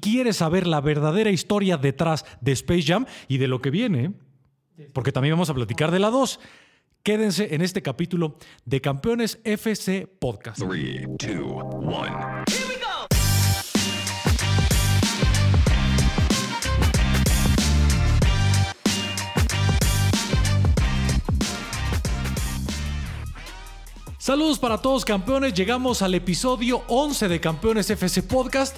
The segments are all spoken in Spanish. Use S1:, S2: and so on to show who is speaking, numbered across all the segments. S1: quieres saber la verdadera historia detrás de Space Jam y de lo que viene, porque también vamos a platicar de la 2. Quédense en este capítulo de Campeones FC Podcast.
S2: Three, two, one.
S1: Saludos para todos campeones, llegamos al episodio 11 de Campeones FC Podcast.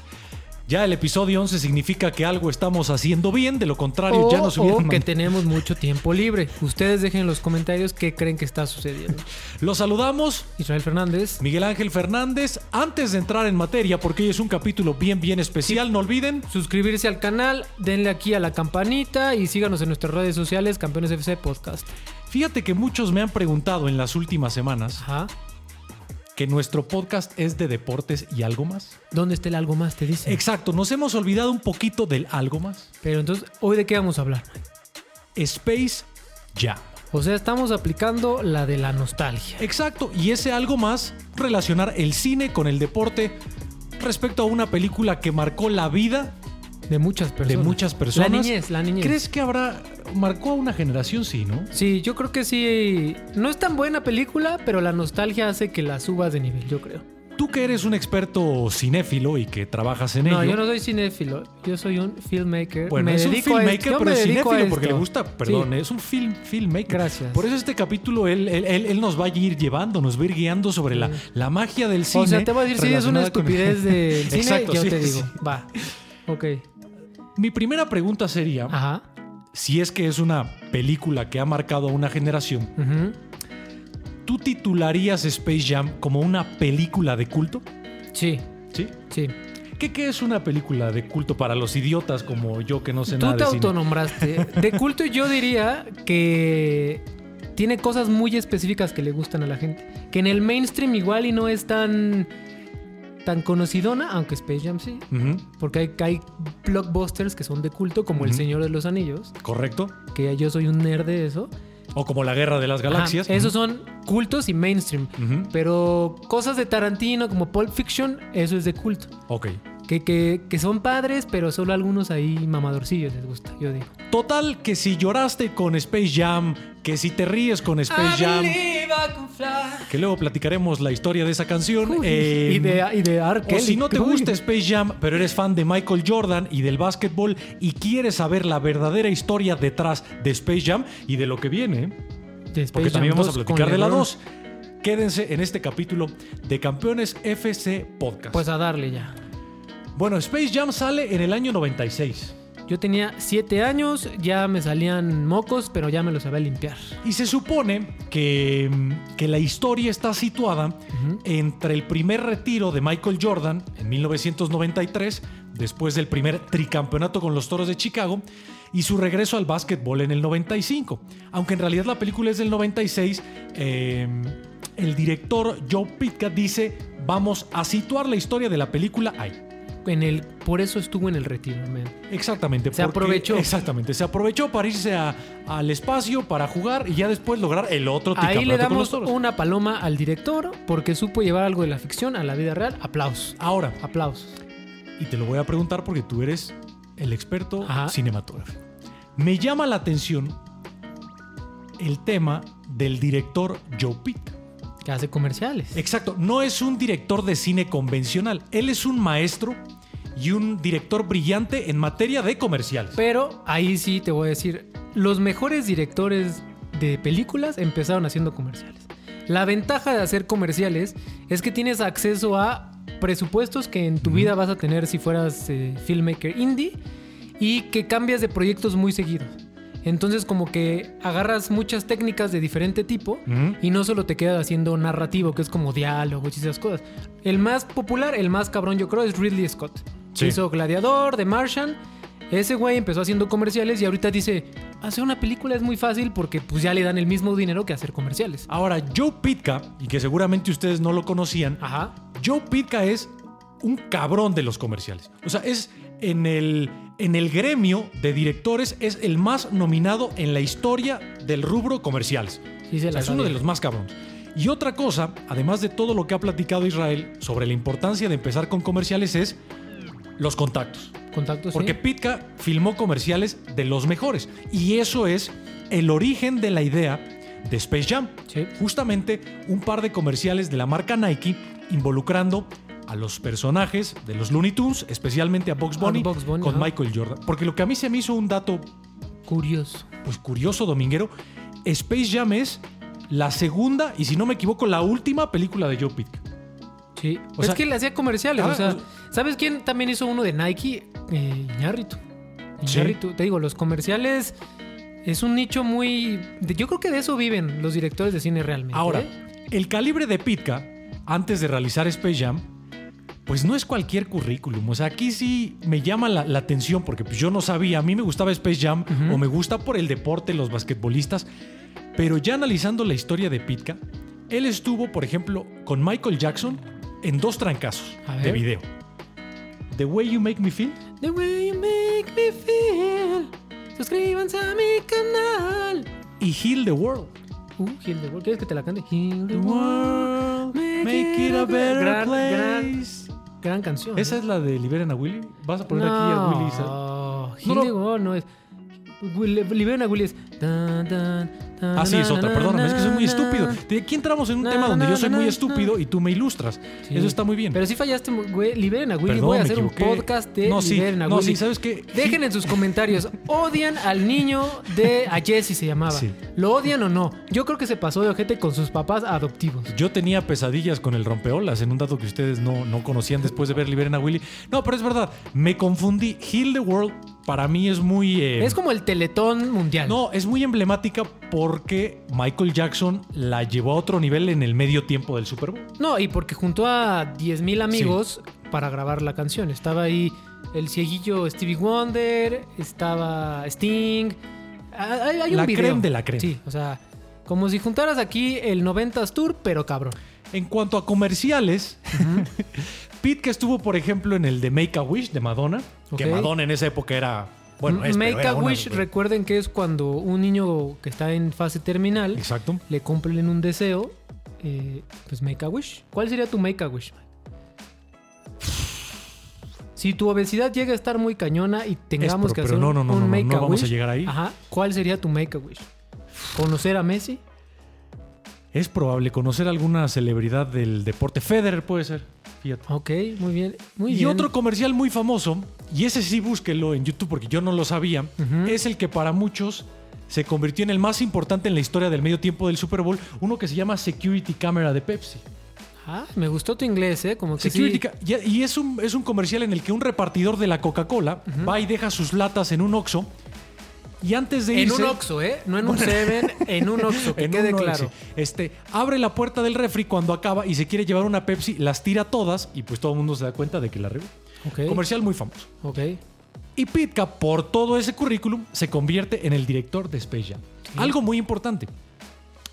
S1: Ya el episodio 11 significa que algo estamos haciendo bien, de lo contrario
S3: O,
S1: ya nos
S3: o
S1: hubieran
S3: que
S1: mandado.
S3: tenemos mucho tiempo libre. Ustedes dejen en los comentarios qué creen que está sucediendo.
S1: Los saludamos,
S3: Israel Fernández.
S1: Miguel Ángel Fernández. Antes de entrar en materia, porque hoy es un capítulo bien, bien especial, no olviden.
S3: Suscribirse al canal, denle aquí a la campanita y síganos en nuestras redes sociales, Campeones FC Podcast.
S1: Fíjate que muchos me han preguntado en las últimas semanas
S3: Ajá.
S1: que nuestro podcast es de deportes y algo más.
S3: ¿Dónde está el algo más? Te dice.
S1: Exacto, nos hemos olvidado un poquito del algo más.
S3: Pero entonces, ¿hoy de qué vamos a hablar? Mike?
S1: Space Jam.
S3: O sea, estamos aplicando la de la nostalgia.
S1: Exacto, y ese algo más, relacionar el cine con el deporte respecto a una película que marcó la vida
S3: De muchas
S1: de
S3: personas.
S1: muchas personas.
S3: La niñez, la niñez.
S1: ¿Crees que habrá, marcó a una generación, sí, no?
S3: Sí, yo creo que sí. No es tan buena película, pero la nostalgia hace que la subas de nivel, yo creo.
S1: Tú que eres un experto cinéfilo y que trabajas en
S3: No,
S1: ello.
S3: yo no soy cinéfilo, yo soy un filmmaker.
S1: Bueno,
S3: Eh, Me
S1: es un
S3: dedico a
S1: filmmaker,
S3: esto, yo
S1: pero
S3: me
S1: es
S3: dedico a
S1: cinéfilo porque le
S3: esto.
S1: gusta,
S3: Sí.
S1: perdón, ¿eh? es un film, filmmaker.
S3: Gracias.
S1: Por eso este capítulo él, él, él- él nos va a ir llevando, nos va a ir guiando sobre la, la magia del cine.
S3: O sea, te voy a decir si es una
S1: relacionada con-
S3: estupidez del cine,
S1: Exacto,
S3: yo
S1: sí,
S3: te
S1: sí.
S3: digo, va. Ok.
S1: Mi primera pregunta sería,
S3: Ajá.
S1: si es que es una película que ha marcado a una generación,
S3: Ujú.
S1: ¿tú titularías Space Jam como una película de culto?
S3: Sí,
S1: ¿Sí?
S3: sí.
S1: ¿Qué, qué es una película de culto para los idiotas como yo que no sé
S3: Tú
S1: nada
S3: te
S1: de cine?
S3: autonombraste. De culto yo diría que tiene cosas muy específicas que le gustan a la gente. Que en el mainstream igual y no es tan, tan conocidona, aunque Space Jam sí.
S1: Ujú,
S3: Porque hay, hay blockbusters que son de culto, como El
S1: Ujú.
S3: Señor de los Anillos,
S1: ¿Correcto?
S3: que yo soy un nerd de eso.
S1: O como la guerra de las galaxias.
S3: Ajá, esos son cultos y mainstream.
S1: Ujú,
S3: Pero cosas de Tarantino como Pulp Fiction, eso es de culto.
S1: Ok.
S3: Que, que, que son padres, pero solo algunos ahí mamadorcillos les gusta, yo digo.
S1: Total, que si lloraste con Space Jam, que si te ríes con Space Jam, que luego platicaremos la historia de esa canción.
S3: Uy,
S1: eh,
S3: y de, y de R.
S1: O
S3: Kelly.
S1: si no te
S3: Uy.
S1: gusta Space Jam, pero eres fan de Michael Jordan y del básquetbol y quieres saber la verdadera historia detrás de Space Jam y de lo que viene, ¿eh?
S3: De Space
S1: porque
S3: Jam
S1: también vamos a
S3: 2 con
S1: platicar de la
S3: LeBron.
S1: 2, quédense en este capítulo de Campeones FC Podcast.
S3: Pues ah. a darle ya.
S1: bueno, Space Jam sale en el año 96
S3: Yo tenía 7 años, ya me salían mocos, pero ya me los sabía limpiar.
S1: y se supone que, mm, que la historia está situada entre el primer retiro de Michael Jordan en 1993, después del primer tricampeonato con los Toros de Chicago, y su regreso al básquetbol en el 95. Aunque en realidad la película es del 96, eh, el director Joe Pitka dice, vamos a situar la historia de la película ahí.
S3: En el, por eso estuvo en el retiro, man.
S1: Exactamente.
S3: Se aprovechó.
S1: Exactamente. Se aprovechó para irse a- al espacio, para jugar y ya después lograr el otro tricampeonato
S3: Ahí le
S1: con los
S3: damos
S1: Toros.
S3: una paloma al director porque supo llevar algo de la ficción a la vida real. Aplausos.
S1: Ahora,
S3: Aplausos.
S1: y te lo voy a preguntar porque tú eres el experto
S3: Ajá.
S1: cinematógrafo. Me llama la atención el tema del director Joe Pitt.
S3: Que hace comerciales.
S1: Exacto, no es un director de cine convencional, él es un maestro y un director brillante en materia de comerciales.
S3: Pero ahí sí te voy a decir, los mejores directores de películas empezaron haciendo comerciales. La ventaja de hacer comerciales es que tienes acceso a presupuestos que en tu vida vas a tener si fueras eh, filmmaker indie y que cambias de proyectos muy seguido. Entonces como que agarras muchas técnicas de diferente tipo
S1: Ujú.
S3: y no solo te quedas haciendo narrativo, que es como diálogos y esas cosas. El más popular, el más cabrón yo creo, es Ridley Scott.
S1: Sí.
S3: Hizo Gladiador, The Martian. Ese güey empezó haciendo comerciales y ahorita dice, hacer una película es muy fácil porque pues ya le dan el mismo dinero que hacer comerciales.
S1: Ahora, Joe Pitka, y que seguramente ustedes no lo conocían,
S3: Ajá.
S1: Joe Pitka es un cabrón de los comerciales. O sea, es en el, en el gremio de directores, es el más nominado en la historia del rubro comerciales.
S3: Sí, se
S1: O sea,
S3: la
S1: es uno
S3: sabe.
S1: de los más cabrones. Y otra cosa, además de todo lo que ha platicado Israel sobre la importancia de empezar con comerciales, es los contactos.
S3: Contactos,
S1: Porque
S3: Pues sí.
S1: Pitka filmó comerciales de los mejores. Y eso es el origen de la idea de Space Jam.
S3: Sí.
S1: Justamente un par de comerciales de la marca Nike involucrando a los personajes de los Looney Tunes, especialmente a Bugs
S3: A
S1: Bunny,
S3: Bugs Bunny,
S1: con
S3: ajá.
S1: Michael Jordan. Porque lo que a mí se me hizo un dato
S3: Curioso.
S1: pues curioso dominguero, Space Jam es la segunda y si no me equivoco la última película de Joe Pitka.
S3: Sí.
S1: O
S3: es
S1: sea-
S3: que le hacía comerciales.
S1: Ah,
S3: o sea,
S1: pues-
S3: ¿sabes quién también hizo uno de Nike? Eh, Iñárritu.
S1: Sí.
S3: Iñárritu. Te digo, los comerciales es un nicho muy. de- yo creo que de eso viven los directores de cine realmente.
S1: Ahora,
S3: ¿eh?
S1: el calibre de Pitka antes de realizar Space Jam pues no es cualquier currículum. O sea, aquí sí me llama la, la atención porque pues, yo no sabía. A mí me gustaba Space Jam
S3: Ujú.
S1: o me gusta por el deporte, los basquetbolistas. Pero ya analizando la historia de Pitka, él estuvo, por ejemplo, con Michael Jackson en dos trancazos
S3: A
S1: de
S3: ver.
S1: video. The Way You Make Me Feel
S3: The way you make me feel. Suscríbanse a mi canal.
S1: y Heal the World.
S3: Uh, Heal the World. ¿Quieres que te la cante? Heal the
S1: The world,
S3: World. make
S1: make
S3: it
S1: it
S3: a
S1: a better
S3: gran-
S1: place.
S3: Gran canción.
S1: Esa
S3: ¿eh?
S1: es la de Liberen a Willy. Vas a poner aquí a Willy. Sa- No,
S3: No, Heal the World no es. Will- Liberan a Willy es. Tan, tan, tan,
S1: Ah, sí, es otra,
S3: na,
S1: perdóname,
S3: na,
S1: es que soy muy
S3: na.
S1: estúpido. De Aquí entramos en un
S3: Na,
S1: tema donde
S3: na,
S1: yo soy
S3: na,
S1: muy
S3: na.
S1: estúpido y tú me ilustras.
S3: Sí.
S1: Eso está muy bien.
S3: Pero sí fallaste, güey. Liberen a Willy.
S1: Perdón,
S3: Voy a
S1: me
S3: hacer un
S1: equivoqué.
S3: podcast de
S1: No, sí,
S3: Liberen a
S1: no,
S3: Willy.
S1: sí, ¿sabes qué?
S3: Dejen en sus comentarios. ¿Odian al niño de. A Jesse se llamaba.
S1: Sí.
S3: ¿Lo odian o no? Yo creo que se pasó de ojete con sus papás adoptivos.
S1: Yo tenía pesadillas con el rompeolas en un dato que ustedes no, no conocían después de ver Liberen a Willy. No, pero es verdad, me confundí. Heal the World para mí es muy. eh,
S3: Es como el teletón mundial.
S1: No, es muy emblemática porque Michael Jackson la llevó a otro nivel en el medio tiempo del Super Bowl.
S3: No, y porque juntó a 10.000 amigos para grabar la canción. Estaba ahí el cieguillo Stevie Wonder, estaba Sting. Ah, Hay, hay un
S1: La
S3: video.
S1: creme de la creme.
S3: Sí, o sea, como si juntaras aquí el 90s Tour, pero cabrón.
S1: En cuanto a comerciales, Pete que estuvo, por ejemplo, en el de Make a Wish de Madonna,
S3: Ok.
S1: que Madonna en esa época era. Bueno, es, pero
S3: Make
S1: era
S3: a
S1: una-
S3: Wish, recuerden que es cuando un niño que está en fase terminal
S1: Exacto.
S3: le cumplen un deseo. eh, pues Make a Wish. ¿Cuál sería tu Make a Wish, Mike? Si tu obesidad llega a estar muy cañona y tengamos
S1: Es pro-
S3: que
S1: pero
S3: hacer
S1: no, no, no,
S3: un
S1: no, no,
S3: Make
S1: no
S3: a
S1: vamos a
S3: Wish,
S1: llegar ahí.
S3: Ajá, ¿cuál sería tu Make a Wish? ¿Conocer a Messi?
S1: Es probable conocer alguna celebridad del deporte. Federer puede ser. Fíjate.
S3: Ok, muy bien. Ah, Muy
S1: y
S3: bien.
S1: otro comercial muy famoso, y ese sí búsquelo en YouTube porque yo no lo sabía,
S3: Ujú.
S1: es el que para muchos se convirtió en el más importante en la historia del medio tiempo del Super Bowl, uno que se llama Security Camera de Pepsi.
S3: Ah, me gustó tu inglés, ¿eh? Como que
S1: Security
S3: sí.
S1: ca- y- Y es un, es un comercial en el que un repartidor de la Coca-Cola va y deja sus latas en un Oxxo y antes de
S3: En
S1: irse...
S3: un Oxxo, ¿eh? No en un Seven, en un Oxxo, que
S1: en
S3: quede
S1: un Oxxo,
S3: claro.
S1: Este, abre la puerta del refri cuando acaba y se quiere llevar una Pepsi, las tira todas y pues todo el mundo se da cuenta de que la arregló.
S3: Ok,
S1: Comercial muy famoso.
S3: ok.
S1: Y Pitka, por todo ese currículum, se convierte en el director de Space Jam. Algo muy importante.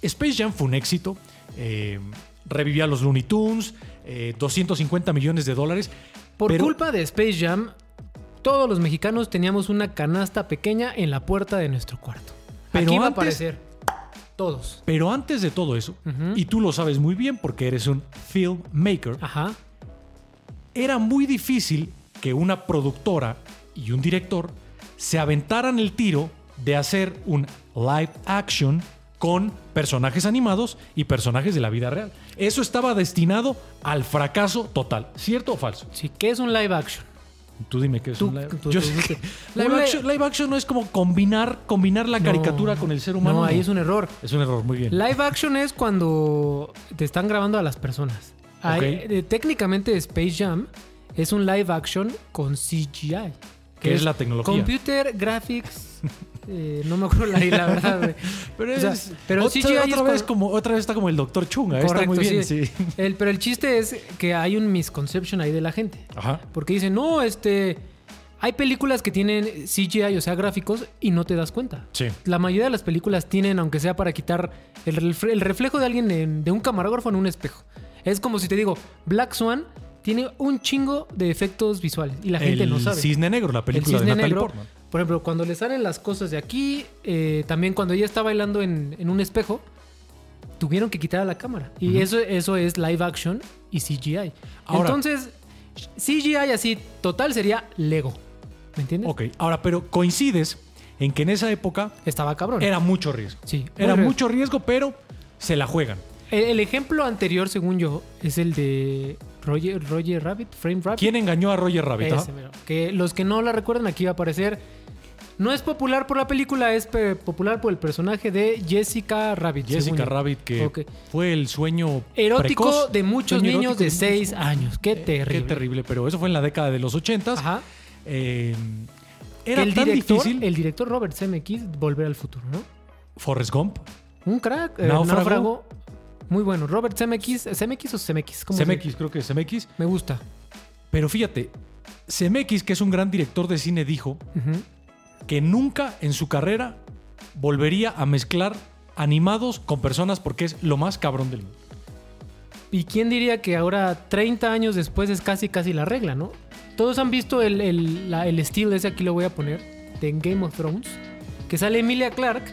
S1: Space Jam fue un éxito. eh, revivía a los Looney Tunes, eh, 250 millones de dólares.
S3: Por
S1: pero-
S3: culpa de Space Jam, todos los mexicanos teníamos una canasta pequeña en la puerta de nuestro cuarto.
S1: Pero
S3: Aquí va a
S1: antes-
S3: aparecer. Todos.
S1: Pero antes de todo eso,
S3: Ujú. Ah.
S1: y tú lo sabes muy bien porque eres un filmmaker,
S3: Ajá.
S1: era muy difícil que una productora y un director se aventaran el tiro de hacer un live action con personajes animados y personajes de la vida real. Eso estaba destinado al fracaso total, ¿cierto o falso?
S3: Sí, ¿qué es un live action?
S1: Tú dime qué es
S3: Tú-
S1: un live
S3: tú-
S1: Yo
S3: tú
S1: sé
S3: dijiste.
S1: que- live
S3: Un li-
S1: action. live action no es como combinar, combinar la caricatura
S3: No,
S1: con el ser humano.
S3: No, ahí es un error.
S1: Es un error, muy bien.
S3: Live action es cuando te están grabando a las personas. Ahí-
S1: Ok.
S3: eh, técnicamente Space Jam es un live action con CGI.
S1: Que es la tecnología.
S3: Computer Graphics. eh, no me acuerdo ahí, la verdad. güey.
S1: Pero,
S3: O sea,
S1: es-
S3: pero
S1: otra,
S3: CGI es
S1: otra vez
S3: cuando-
S1: como, otra vez está como el doctor Chunga. ¿eh? está muy bien, sí.
S3: El, pero el chiste es que hay un misconception ahí de la gente.
S1: Ajá.
S3: Porque dicen, no, este. Hay películas que tienen CGI, o sea, gráficos, y no te das cuenta.
S1: Sí.
S3: La mayoría de las películas tienen, aunque sea para quitar el, ref- el reflejo de alguien, en- de un camarógrafo en un espejo. Es como si te digo, Black Swan tiene un chingo de efectos visuales y la gente
S1: el
S3: no sabe.
S1: Cisne Negro, la película
S3: El Cisne
S1: de Natalie
S3: Negro,
S1: Portman.
S3: Por ejemplo, cuando le salen las cosas de aquí, eh, también cuando ella está bailando en, en un espejo, tuvieron que quitar a la cámara. Y eso, eso es live action y CGI.
S1: Ahora-
S3: Entonces, CGI así total sería Lego. ¿Me entiendes?
S1: Ok, ahora, pero coincides en que en esa época
S3: Estaba cabrón.
S1: era mucho riesgo.
S3: Sí, muy
S1: Era
S3: riesgo.
S1: mucho riesgo, pero se la juegan.
S3: El, el ejemplo anterior, según yo, es el de Roger, Roger Rabbit, Frame Rabbit.
S1: ¿Quién engañó a Roger Rabbit? Ah, ajá?
S3: Ese mero. Que los que no la recuerdan aquí va a aparecer. No es popular por la película, es pe- popular por el personaje de Jessica Rabbit. según
S1: Jessica
S3: yo.
S1: Rabbit, que
S3: Ok.
S1: fue el sueño
S3: Erótico
S1: precoz,
S3: de muchos
S1: sueño
S3: niños
S1: erótico
S3: de
S1: muchos- Eh,
S3: 6 años. Qué terrible.
S1: Qué terrible, pero eso fue en la década de los 80
S3: Ajá.
S1: era
S3: el
S1: tan
S3: director,
S1: difícil.
S3: El director Robert Zemeckis, Volver al Futuro, ¿no?
S1: Forrest Gump.
S3: Un crack. eh,
S1: Náufrago.
S3: náufrago. Muy bueno. Robert Zemeckis. ¿Zemeckis o Zemeckis? ¿Cómo se-
S1: CMX, creo que es CMX.
S3: Me gusta.
S1: Pero fíjate, CMX, que es un gran director de cine, dijo
S3: Ujú.
S1: que nunca en su carrera volvería a mezclar animados con personas porque es lo más cabrón del mundo.
S3: ¿Y quién diría que ahora, 30 años después, es casi casi la regla, ¿no? Todos han visto el, el, la- el estilo, ese aquí lo voy a poner, de Game of Thrones, que sale Emilia Clark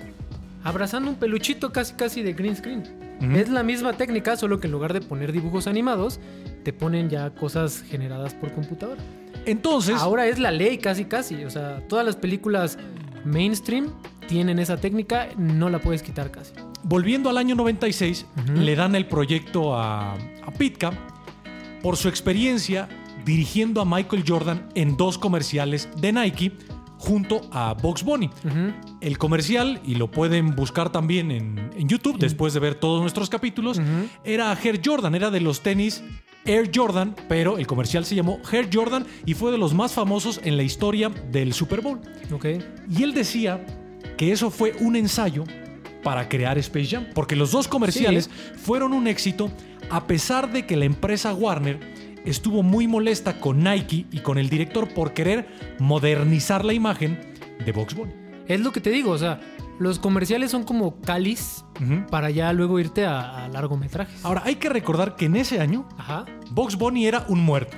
S3: abrazando un peluchito casi casi de green screen.
S1: Ujú.
S3: Es la misma técnica, solo que en lugar de poner dibujos animados, te ponen ya cosas generadas por computadora.
S1: Entonces,
S3: Ahora es la ley casi casi, o sea, todas las películas mainstream tienen esa técnica, no la puedes quitar casi.
S1: volviendo al año 96,
S3: Ujú.
S1: le dan el proyecto a, a Pitka por su experiencia dirigiendo a Michael Jordan en dos comerciales de Nike junto a Box Bunny.
S3: Ujú.
S1: El comercial, y lo pueden buscar también en, en YouTube después de ver todos nuestros capítulos,
S3: Ujú.
S1: era Air Jordan, era de los tenis Air Jordan, pero el comercial se llamó Air Jordan y fue de los más famosos en la historia del Super Bowl.
S3: Ok.
S1: Y él decía que eso fue un ensayo para crear Space Jam, porque los dos comerciales fueron un éxito a pesar de que la empresa Warner estuvo muy molesta con Nike y con el director por querer modernizar la imagen de Box Bunny.
S3: Es lo que te digo, o sea, los comerciales son como cáliz
S1: Ujú. Ah.
S3: para ya luego irte a, a largometrajes.
S1: Ahora, hay que recordar que en ese año
S3: Ajá.
S1: Box Bunny era un muerto.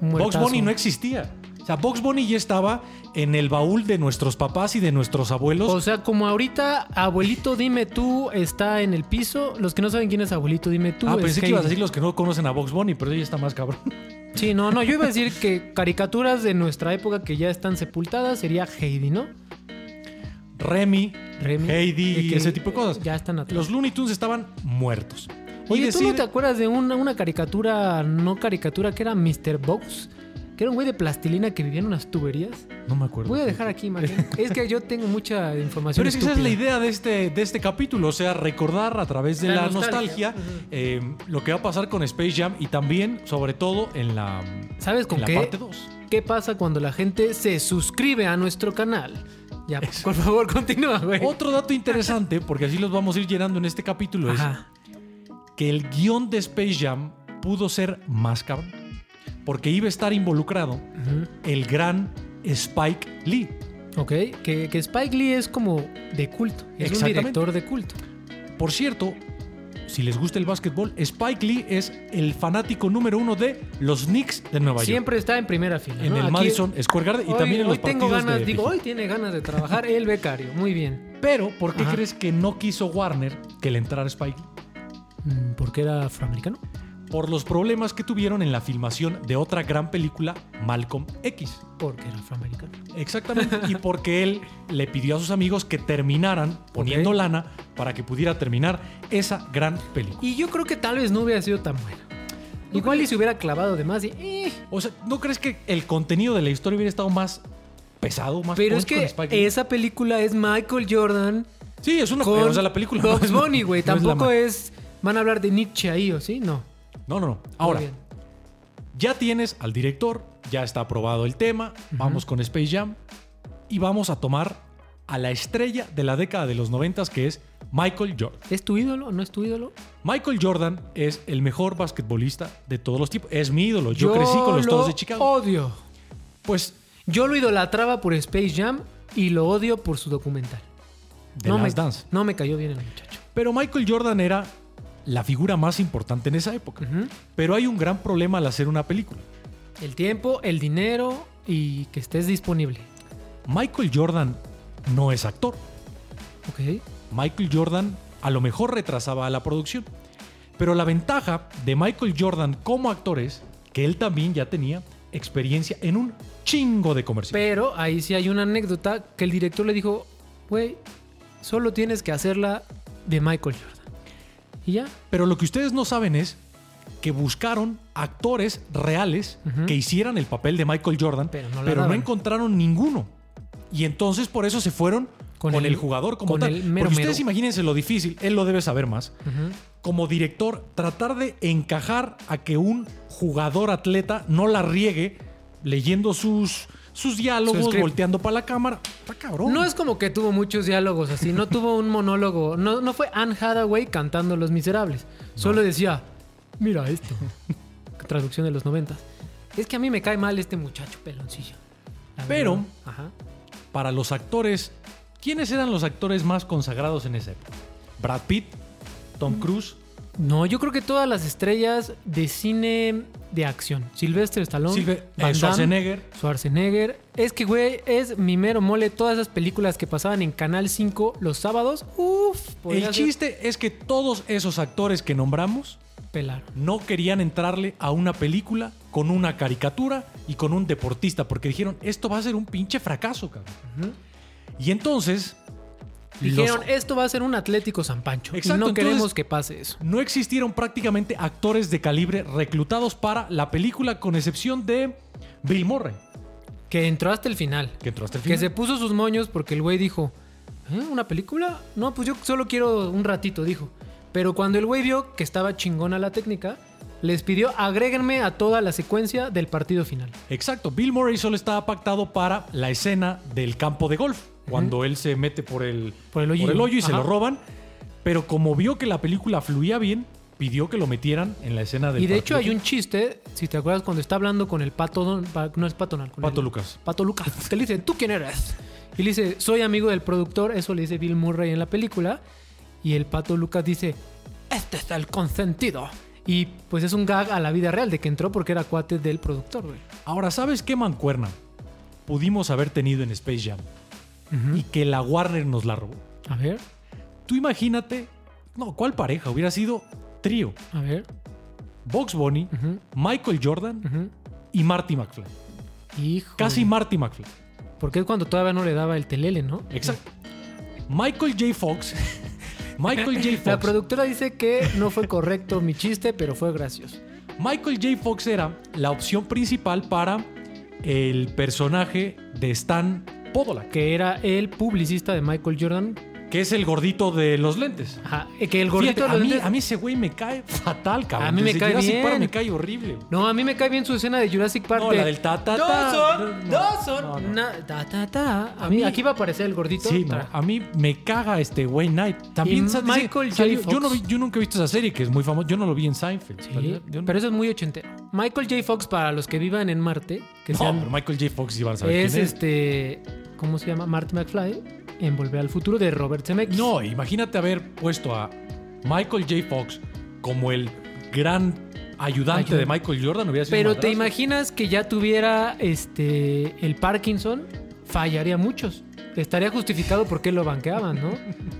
S3: un
S1: Box
S3: muertazo.
S1: Bunny no existía. O sea, Box Bunny ya estaba en el baúl de nuestros papás y de nuestros abuelos.
S3: O sea, como ahorita, abuelito, dime tú, está en el piso. Los que no saben quién es abuelito, dime tú.
S1: ah,
S3: es
S1: pensé que
S3: Heidi.
S1: ibas a decir los que no conocen a Box Bunny, pero ella está más cabrón.
S3: Sí, no, no, yo iba a decir que caricaturas de nuestra época que ya están sepultadas sería Heidi, ¿no?
S1: Remy,
S3: Remy,
S1: Heidi,
S3: eh, que
S1: ese tipo de cosas.
S3: ya están atrás.
S1: Los Looney Tunes estaban muertos. Y
S3: Oye, ¿tú no
S1: decide-
S3: te acuerdas de una, una caricatura, no caricatura, que era Mr. Box? Que era un güey de plastilina que vivía en unas tuberías.
S1: No me acuerdo.
S3: Voy a dejar aquí, imagen. es que yo tengo mucha información.
S1: Pero es que esa es la
S3: estúpida.
S1: idea de este, de este capítulo, o sea, recordar a través de la,
S3: La
S1: nostalgia,
S3: nostalgia.
S1: eh, lo que va a pasar con Space Jam y también, sobre todo, en la,
S3: ¿Sabes
S1: en
S3: con
S1: la
S3: qué?
S1: parte 2.
S3: ¿Qué pasa cuando la gente se suscribe a nuestro canal? Ya, por favor, continúa, güey.
S1: Otro dato interesante, porque así los vamos a ir llenando en este capítulo, es
S3: Ajá.
S1: que el guión de Space Jam pudo ser más cabrón, porque iba a estar involucrado
S3: Ujú.
S1: el gran Spike Lee.
S3: Ok, que, que Spike Lee es como de culto. Es un
S1: Exactamente.
S3: director de culto.
S1: Por cierto, si les gusta el básquetbol, Spike Lee es el fanático número uno de los Knicks de Nueva York.
S3: Siempre está en primera fila.
S1: En
S3: ¿no?
S1: el
S3: Aquí-
S1: Madison Square Garden y
S3: hoy-
S1: también en los
S3: hoy tengo
S1: partidos
S3: ganas,
S1: de
S3: digo,
S1: Fifa.
S3: hoy tiene ganas de trabajar el becario. Muy bien.
S1: Pero, ¿por qué
S3: Ajá.
S1: crees que no quiso Warner que le entrara Spike Lee?
S3: Mm, ¿Por qué era afroamericano?
S1: Por los problemas que tuvieron en la filmación de otra gran película, Malcolm X.
S3: Porque era afroamericano.
S1: Exactamente. y porque él le pidió a sus amigos que terminaran poniendo
S3: Ok.
S1: lana para que pudiera terminar esa gran película.
S3: Y yo creo que tal vez no hubiera sido tan bueno. Igual y se hubiera clavado de más y... "Eh,
S1: O sea, ¿no crees que el contenido de la historia hubiera estado más pesado, más
S3: Pero es
S1: punch con
S3: que
S1: Spike Lee?
S3: esa película es Michael Jordan
S1: Sí, es una
S3: con
S1: o sea, la película. no
S3: Bugs
S1: es- no-
S3: Bunny, güey.
S1: no es la
S3: Tampoco
S1: ma-
S3: es, Van a hablar de Nietzsche ahí, ¿o sí? No.
S1: No, no, no.
S3: Muy
S1: Ahora,
S3: bien.
S1: ya tienes al director, ya está aprobado el tema, vamos con Space Jam y vamos a tomar a la estrella de la década de los noventas que es Michael Jordan.
S3: ¿Es tu ídolo o no es tu ídolo?
S1: Michael Jordan es el mejor basquetbolista de todos los tipos. Es mi ídolo. Yo, crecí con los
S3: lo
S1: toros de Chicago.
S3: odio.
S1: Pues
S3: Yo lo idolatraba por Space Jam y lo odio por su documental.
S1: de
S3: no,
S1: las
S3: me,
S1: Dance.
S3: no me cayó bien el muchacho.
S1: Pero Michael Jordan era la figura más importante en esa época.
S3: Ujú.
S1: Pero hay un gran problema al hacer una película.
S3: El tiempo, el dinero y que estés disponible.
S1: Michael Jordan no es actor.
S3: Ok.
S1: Michael Jordan a lo mejor retrasaba a la producción. Pero la ventaja de Michael Jordan como actor es que él también ya tenía experiencia en un chingo de comerciales.
S3: Pero ahí sí hay una anécdota que el director le dijo, güey, solo tienes que hacerla de Michael Jordan. Y ya.
S1: Pero lo que ustedes no saben es que buscaron actores reales
S3: Ujú.
S1: que hicieran el papel de Michael Jordan,
S3: Pero
S1: pero
S3: no
S1: no,
S3: la daban.
S1: encontraron ninguno. Y entonces por eso se fueron
S3: Con
S1: con,
S3: el-
S1: el, jugador como
S3: con
S1: tal.
S3: el mero
S1: Porque ustedes
S3: mero.
S1: imagínense lo difícil, él lo debe saber más.
S3: Ujú.
S1: Como director, tratar de encajar a que un jugador atleta no la riegue leyendo sus, sus
S3: Su
S1: diálogos,
S3: script.
S1: volteando para la cámara. Está cabrón.
S3: No es como que tuvo muchos diálogos así, no tuvo un monólogo, no, no fue Anne Hathaway cantando Los Miserables, solo decía, mira esto, traducción de los noventas. Es que a mí me cae mal este muchacho peloncillo. La
S1: Pero-
S3: verdad. Ajá.
S1: para los actores, ¿quiénes eran los actores más consagrados en esa época? Brad Pitt,
S3: Mm.
S1: Tom Cruise,
S3: No, yo creo que todas las estrellas de cine de acción, Sylvester Stallone,
S1: Silver, eh,
S3: Van Damme,
S1: Schwarzenegger.
S3: Schwarzenegger. Es que, güey, es mi mero mole todas esas películas que pasaban en Canal 5 los sábados. Uf, podría
S1: El
S3: ser-
S1: chiste es que todos esos actores que nombramos
S3: Pelaron.
S1: no querían entrarle a una película con una caricatura y con un deportista porque dijeron, esto va a ser un pinche fracaso, cabrón. Y entonces... los-
S3: Dijeron, "Eh". esto va a ser un Atlético San Pancho. y
S1: Exacto,
S3: no
S1: entonces-
S3: queremos que pase eso.
S1: no existieron prácticamente actores de calibre reclutados para la película con excepción de Bill Murray,
S3: Que entró hasta el final.
S1: que entró hasta el
S3: Que
S1: final.
S3: se puso sus moños porque el güey dijo, ¿Eh? ¿Una película? No, pues yo solo quiero un ratito, dijo. Pero cuando el güey vio que estaba chingona la técnica, les pidió, agréguenme a toda la secuencia del partido final.
S1: Exacto, Bill Murray solo estaba pactado para la escena del campo de golf, cuando él se mete por el,
S3: Por el hoyillo.
S1: y se
S3: Ajá.
S1: lo roban, pero como vio que la película fluía bien, pidió que lo metieran en la escena del
S3: Y de hecho hay
S1: partido.
S3: un chiste, si te acuerdas, cuando está hablando con el Pato... Don- Pa- no es Pato Donald, con
S1: Pato
S3: el-
S1: Lucas.
S3: Pato Lucas. Te le dice, ¿tú quién eres? Y le dice, soy amigo del productor. Eso le dice Bill Murray en la película. Y el Pato Lucas dice, este es el consentido. Y pues es un gag a la vida real de que entró porque era cuate del productor, güey.
S1: Ahora, ¿sabes qué mancuerna pudimos haber tenido en Space Jam? Y que la Warner nos la robó.
S3: A ver,
S1: Tú imagínate, no, ¿cuál pareja? Hubiera sido trío,
S3: a ver.
S1: Box Bunny,
S3: Ujú.
S1: Michael Jordan
S3: Ujú.
S1: y Marty McFly.
S3: Hijo.
S1: Casi Marty McFly.
S3: Porque es cuando todavía no le daba el telele, ¿no?
S1: Exacto. Michael J. Fox. Michael J. Fox.
S3: La productora dice que no fue correcto mi chiste, pero fue gracioso.
S1: Michael J. Fox era la opción principal para el personaje de Stan Podolak,
S3: Que era el publicista de Michael Jordan.
S1: que es el gordito de los lentes.
S3: Ajá, eh, que el gordito
S1: Fíjate,
S3: de
S1: a,
S3: los
S1: mí,
S3: lentes-
S1: a mí ese güey me cae fatal, cabrón.
S3: A mí me
S1: Desde
S3: cae
S1: Jurassic
S3: bien.
S1: Park me cae horrible. güey.
S3: No, a mí me cae bien su escena de Jurassic Park.
S1: No,
S3: de-
S1: la del ta, ta, ta.
S3: Dos son,
S1: No,
S3: dos son.
S1: no, no.
S3: na- ta, ta, ta. A, mí,
S1: mí-
S3: aquí va a aparecer el gordito.
S1: Sí,
S3: Tra-
S1: no, a mí me caga este güey Knight. También
S3: Y
S1: sa- sí,
S3: Michael J.
S1: salió-
S3: Fox.
S1: Yo, no vi- yo nunca he visto esa serie que es muy famosa. Yo no lo vi en Seinfeld.
S3: Sí,
S1: ¿verdad? Yo no-
S3: pero eso es muy ochentero. Michael J. Fox, para los que vivan en Marte, que
S1: No,
S3: sean-
S1: pero Michael J. Fox iban a saber
S3: es
S1: quién es.
S3: este. ¿Cómo se llama? Marty McFly en Volver al Futuro de Robert Zemeckis.
S1: No, imagínate haber puesto a Michael J. Fox como el gran ayudante
S3: Ayudante.
S1: de Michael Jordan. Hubiera sido
S3: Pero
S1: un
S3: te
S1: madrazo.
S3: imaginas que ya tuviera este el Parkinson, fallaría muchos. Estaría justificado por qué lo banqueaban, ¿no?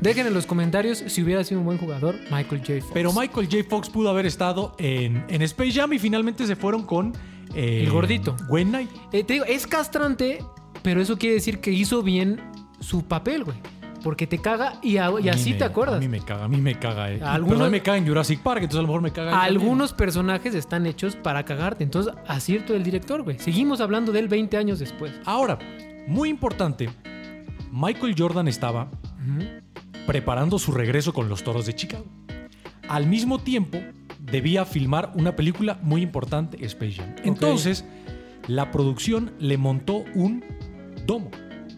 S3: Dejen en los comentarios si hubiera sido un buen jugador Michael J. Fox.
S1: Pero Michael J. Fox pudo haber estado en, en Space Jam y finalmente se fueron con. eh,
S3: El gordito.
S1: Gwen Knight.
S3: Eh, te digo, es castrante, pero eso quiere decir que hizo bien su papel, güey. Porque te caga y, a- y
S1: A mí
S3: así
S1: me-
S3: te acuerdas.
S1: A mí me caga, a mí me caga. eh.
S3: Algunos-
S1: Pero a mí me caga en Jurassic Park, entonces a lo mejor me caga. él también.
S3: Algunos personajes están hechos para cagarte. Entonces, acierto del director, güey. Seguimos hablando de él 20 años después.
S1: Ahora, muy importante, Michael Jordan estaba preparando su regreso con los Toros de Chicago. Al mismo tiempo, debía filmar una película muy importante, Space Jam. Entonces, la producción le montó un domo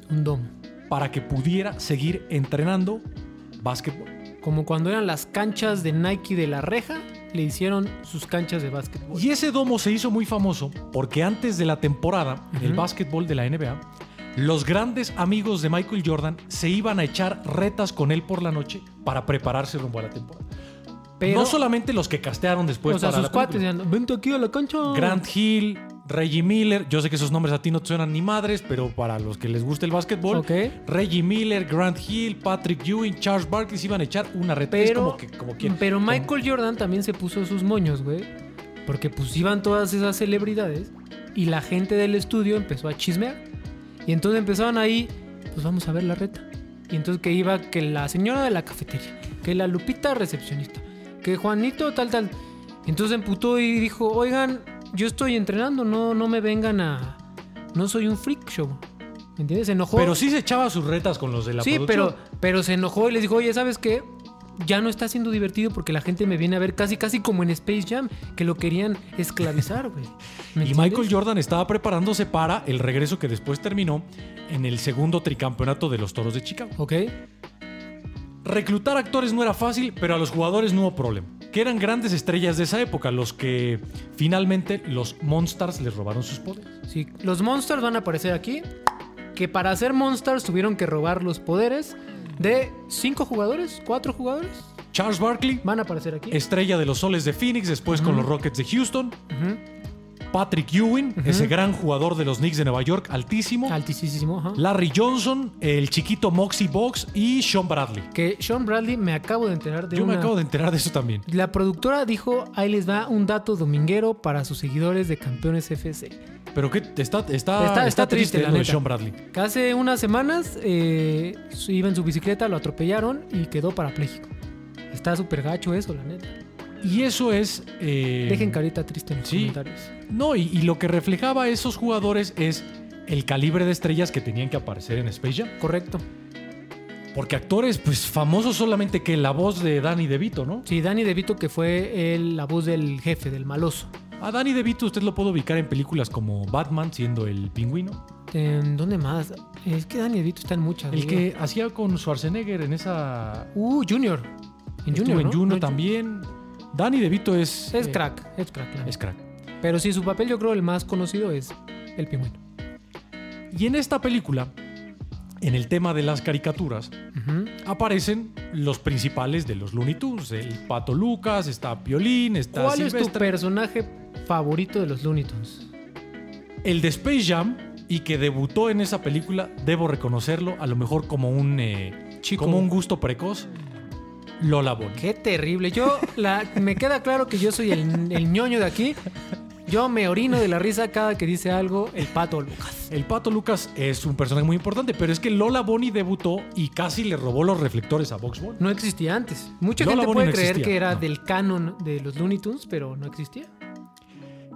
S3: Un domo.
S1: para que pudiera seguir entrenando básquetbol.
S3: Como cuando eran las canchas de Nike de la reja, le hicieron sus canchas de básquetbol.
S1: Y ese domo se hizo muy famoso porque antes de la temporada del
S3: Ujú.
S1: básquetbol de la NBA, los grandes amigos de Michael Jordan se iban a echar retas con él por la noche para prepararse rumbo a la temporada.
S3: Pero,
S1: no solamente los que castearon después
S3: o sea,
S1: para
S3: sus
S1: la película.
S3: cuates decían, vente aquí a la cancha.
S1: Grant Hill, Reggie Miller. Yo sé que esos nombres a ti no te suenan ni madres, pero para los que les gusta el básquetbol,
S3: Ok.
S1: Reggie Miller, Grant Hill, Patrick Ewing, Charles Barkley se iban a echar una reta. Es
S3: Pero-
S1: como que, como quien-
S3: Pero
S1: como-
S3: Michael Jordan también se puso sus moños, güey. Porque pues iban todas esas celebridades y la gente del estudio empezó a chismear. Y entonces empezaban ahí, pues vamos a ver la reta. Y entonces que iba que la señora de la cafetería, que la Lupita recepcionista, que Juanito tal tal. Entonces emputó y dijo, oigan, yo estoy entrenando, no, no me vengan a... No soy un freak show. ¿Me entiendes? Se enojó.
S1: Pero sí se echaba sus retas con los de la
S3: Sí,
S1: producción.
S3: pero, pero se enojó y les dijo, oye, ¿sabes qué? Ya no está siendo divertido porque la gente me viene a ver casi, casi como en Space Jam, que lo querían esclavizar, güey. ¿Me
S1: Y
S3: entiendes?
S1: Michael Jordan estaba preparándose para el regreso que después terminó en el segundo tricampeonato de los Toros de Chicago.
S3: Ok.
S1: Reclutar actores no era fácil, pero a los jugadores no hubo problema. Que eran grandes estrellas de esa época, los que finalmente los Monstars les robaron sus poderes.
S3: Sí, los Monsters van a aparecer aquí. Que para ser Monsters tuvieron que robar los poderes de cinco jugadores, cuatro jugadores.
S1: Charles Barkley,
S3: Van a aparecer aquí.
S1: estrella de los Soles de Phoenix, después con los Rockets de Houston.
S3: Ujú.
S1: Patrick Ewing, ese gran jugador de los Knicks de Nueva York, altísimo.
S3: Altísimo. ajá.
S1: Larry Johnson, el chiquito Moxie Box y Sean Bradley.
S3: Que Sean Bradley me acabo de enterar de
S1: Yo me
S3: una-
S1: acabo de enterar de eso también.
S3: La productora dijo, ahí les va un dato dominguero para sus seguidores de Campeones FC.
S1: Pero que está, está, está,
S3: está triste, la
S1: lo de
S3: neta.
S1: Sean Bradley.
S3: Que Hace unas semanas eh, su- iba en su bicicleta, lo atropellaron y quedó parapléjico. Está súper gacho eso, la neta.
S1: Y eso es. eh,
S3: Dejen carita triste en los
S1: sí.
S3: comentarios.
S1: No, y, y lo que reflejaba a esos jugadores es el calibre de estrellas que tenían que aparecer en Space Jam.
S3: Correcto.
S1: Porque actores, pues famosos solamente que la voz de Danny DeVito, ¿no?
S3: Sí, Danny DeVito, que fue el- la voz del jefe, del maloso.
S1: A Danny DeVito usted lo puede ubicar en películas como Batman, siendo el pingüino.
S3: ¿En Em, ¿Dónde más? Es que Danny DeVito está en muchas.
S1: El
S3: güey.
S1: que hacía con Schwarzenegger en esa.
S3: Uh, Junior. En
S1: Estuvo
S3: Junior,
S1: en
S3: ¿no?
S1: Juno
S3: No,
S1: también. Danny DeVito es.
S3: Es
S1: eh,
S3: crack, es crack. la
S1: Es
S3: neta.
S1: crack.
S3: Pero sí, su papel yo creo el más conocido es el pingüino.
S1: Y en esta película, en el tema de las caricaturas,
S3: Ujú.
S1: aparecen los principales de los Looney Tunes. El Pato Lucas, está Piolín, está
S3: ¿Cuál es tu
S1: Silvestre.
S3: personaje favorito de los Looney Tunes?
S1: el de Space Jam y que debutó en esa película, debo reconocerlo, a lo mejor como un eh,
S3: Chico.
S1: como un gusto precoz, Lola Bonnie.
S3: Qué terrible. Yo la, me queda claro que yo soy el, el ñoño de aquí. Yo me orino de la risa cada que dice algo el pato Lucas.
S1: El Pato Lucas es un personaje muy importante, pero es que Lola Bonnie debutó y casi le robó los reflectores a Box Bunny.
S3: No existía antes. Mucha
S1: Lola
S3: gente
S1: Bunny
S3: puede
S1: no
S3: creer
S1: existía,
S3: que era
S1: no.
S3: del canon de los Looney Tunes, pero no existía.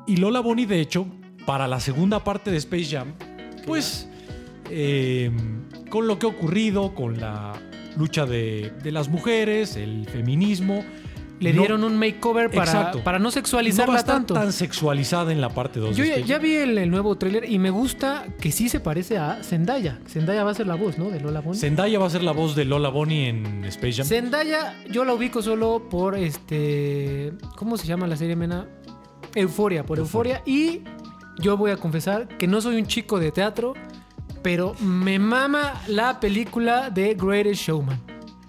S1: Y Lola Bonnie, de hecho, para la segunda parte de Space Jam, pues eh, con lo que ha ocurrido, con la lucha de, de las mujeres, el feminismo.
S3: Le
S1: no-
S3: dieron un makeover para,
S1: Exacto.
S3: para no
S1: no va a
S3: sexualizarla
S1: estar
S3: tanto.
S1: tan sexualizada en la parte 2.
S3: Yo
S1: de
S3: ya,
S1: Space
S3: ya
S1: Jam.
S3: vi el, el nuevo tráiler y me gusta que sí se parece a Zendaya. Zendaya va a ser la voz, ¿no? De Lola Bunny.
S1: Zendaya va a ser la voz de Lola Bonnie en Space Jam.
S3: Zendaya, yo la ubico solo por este. ¿Cómo se llama la serie, Mena? Euforia, por Euforia. Y yo voy a confesar que no soy un chico de teatro, pero me mama la película de Greatest Showman.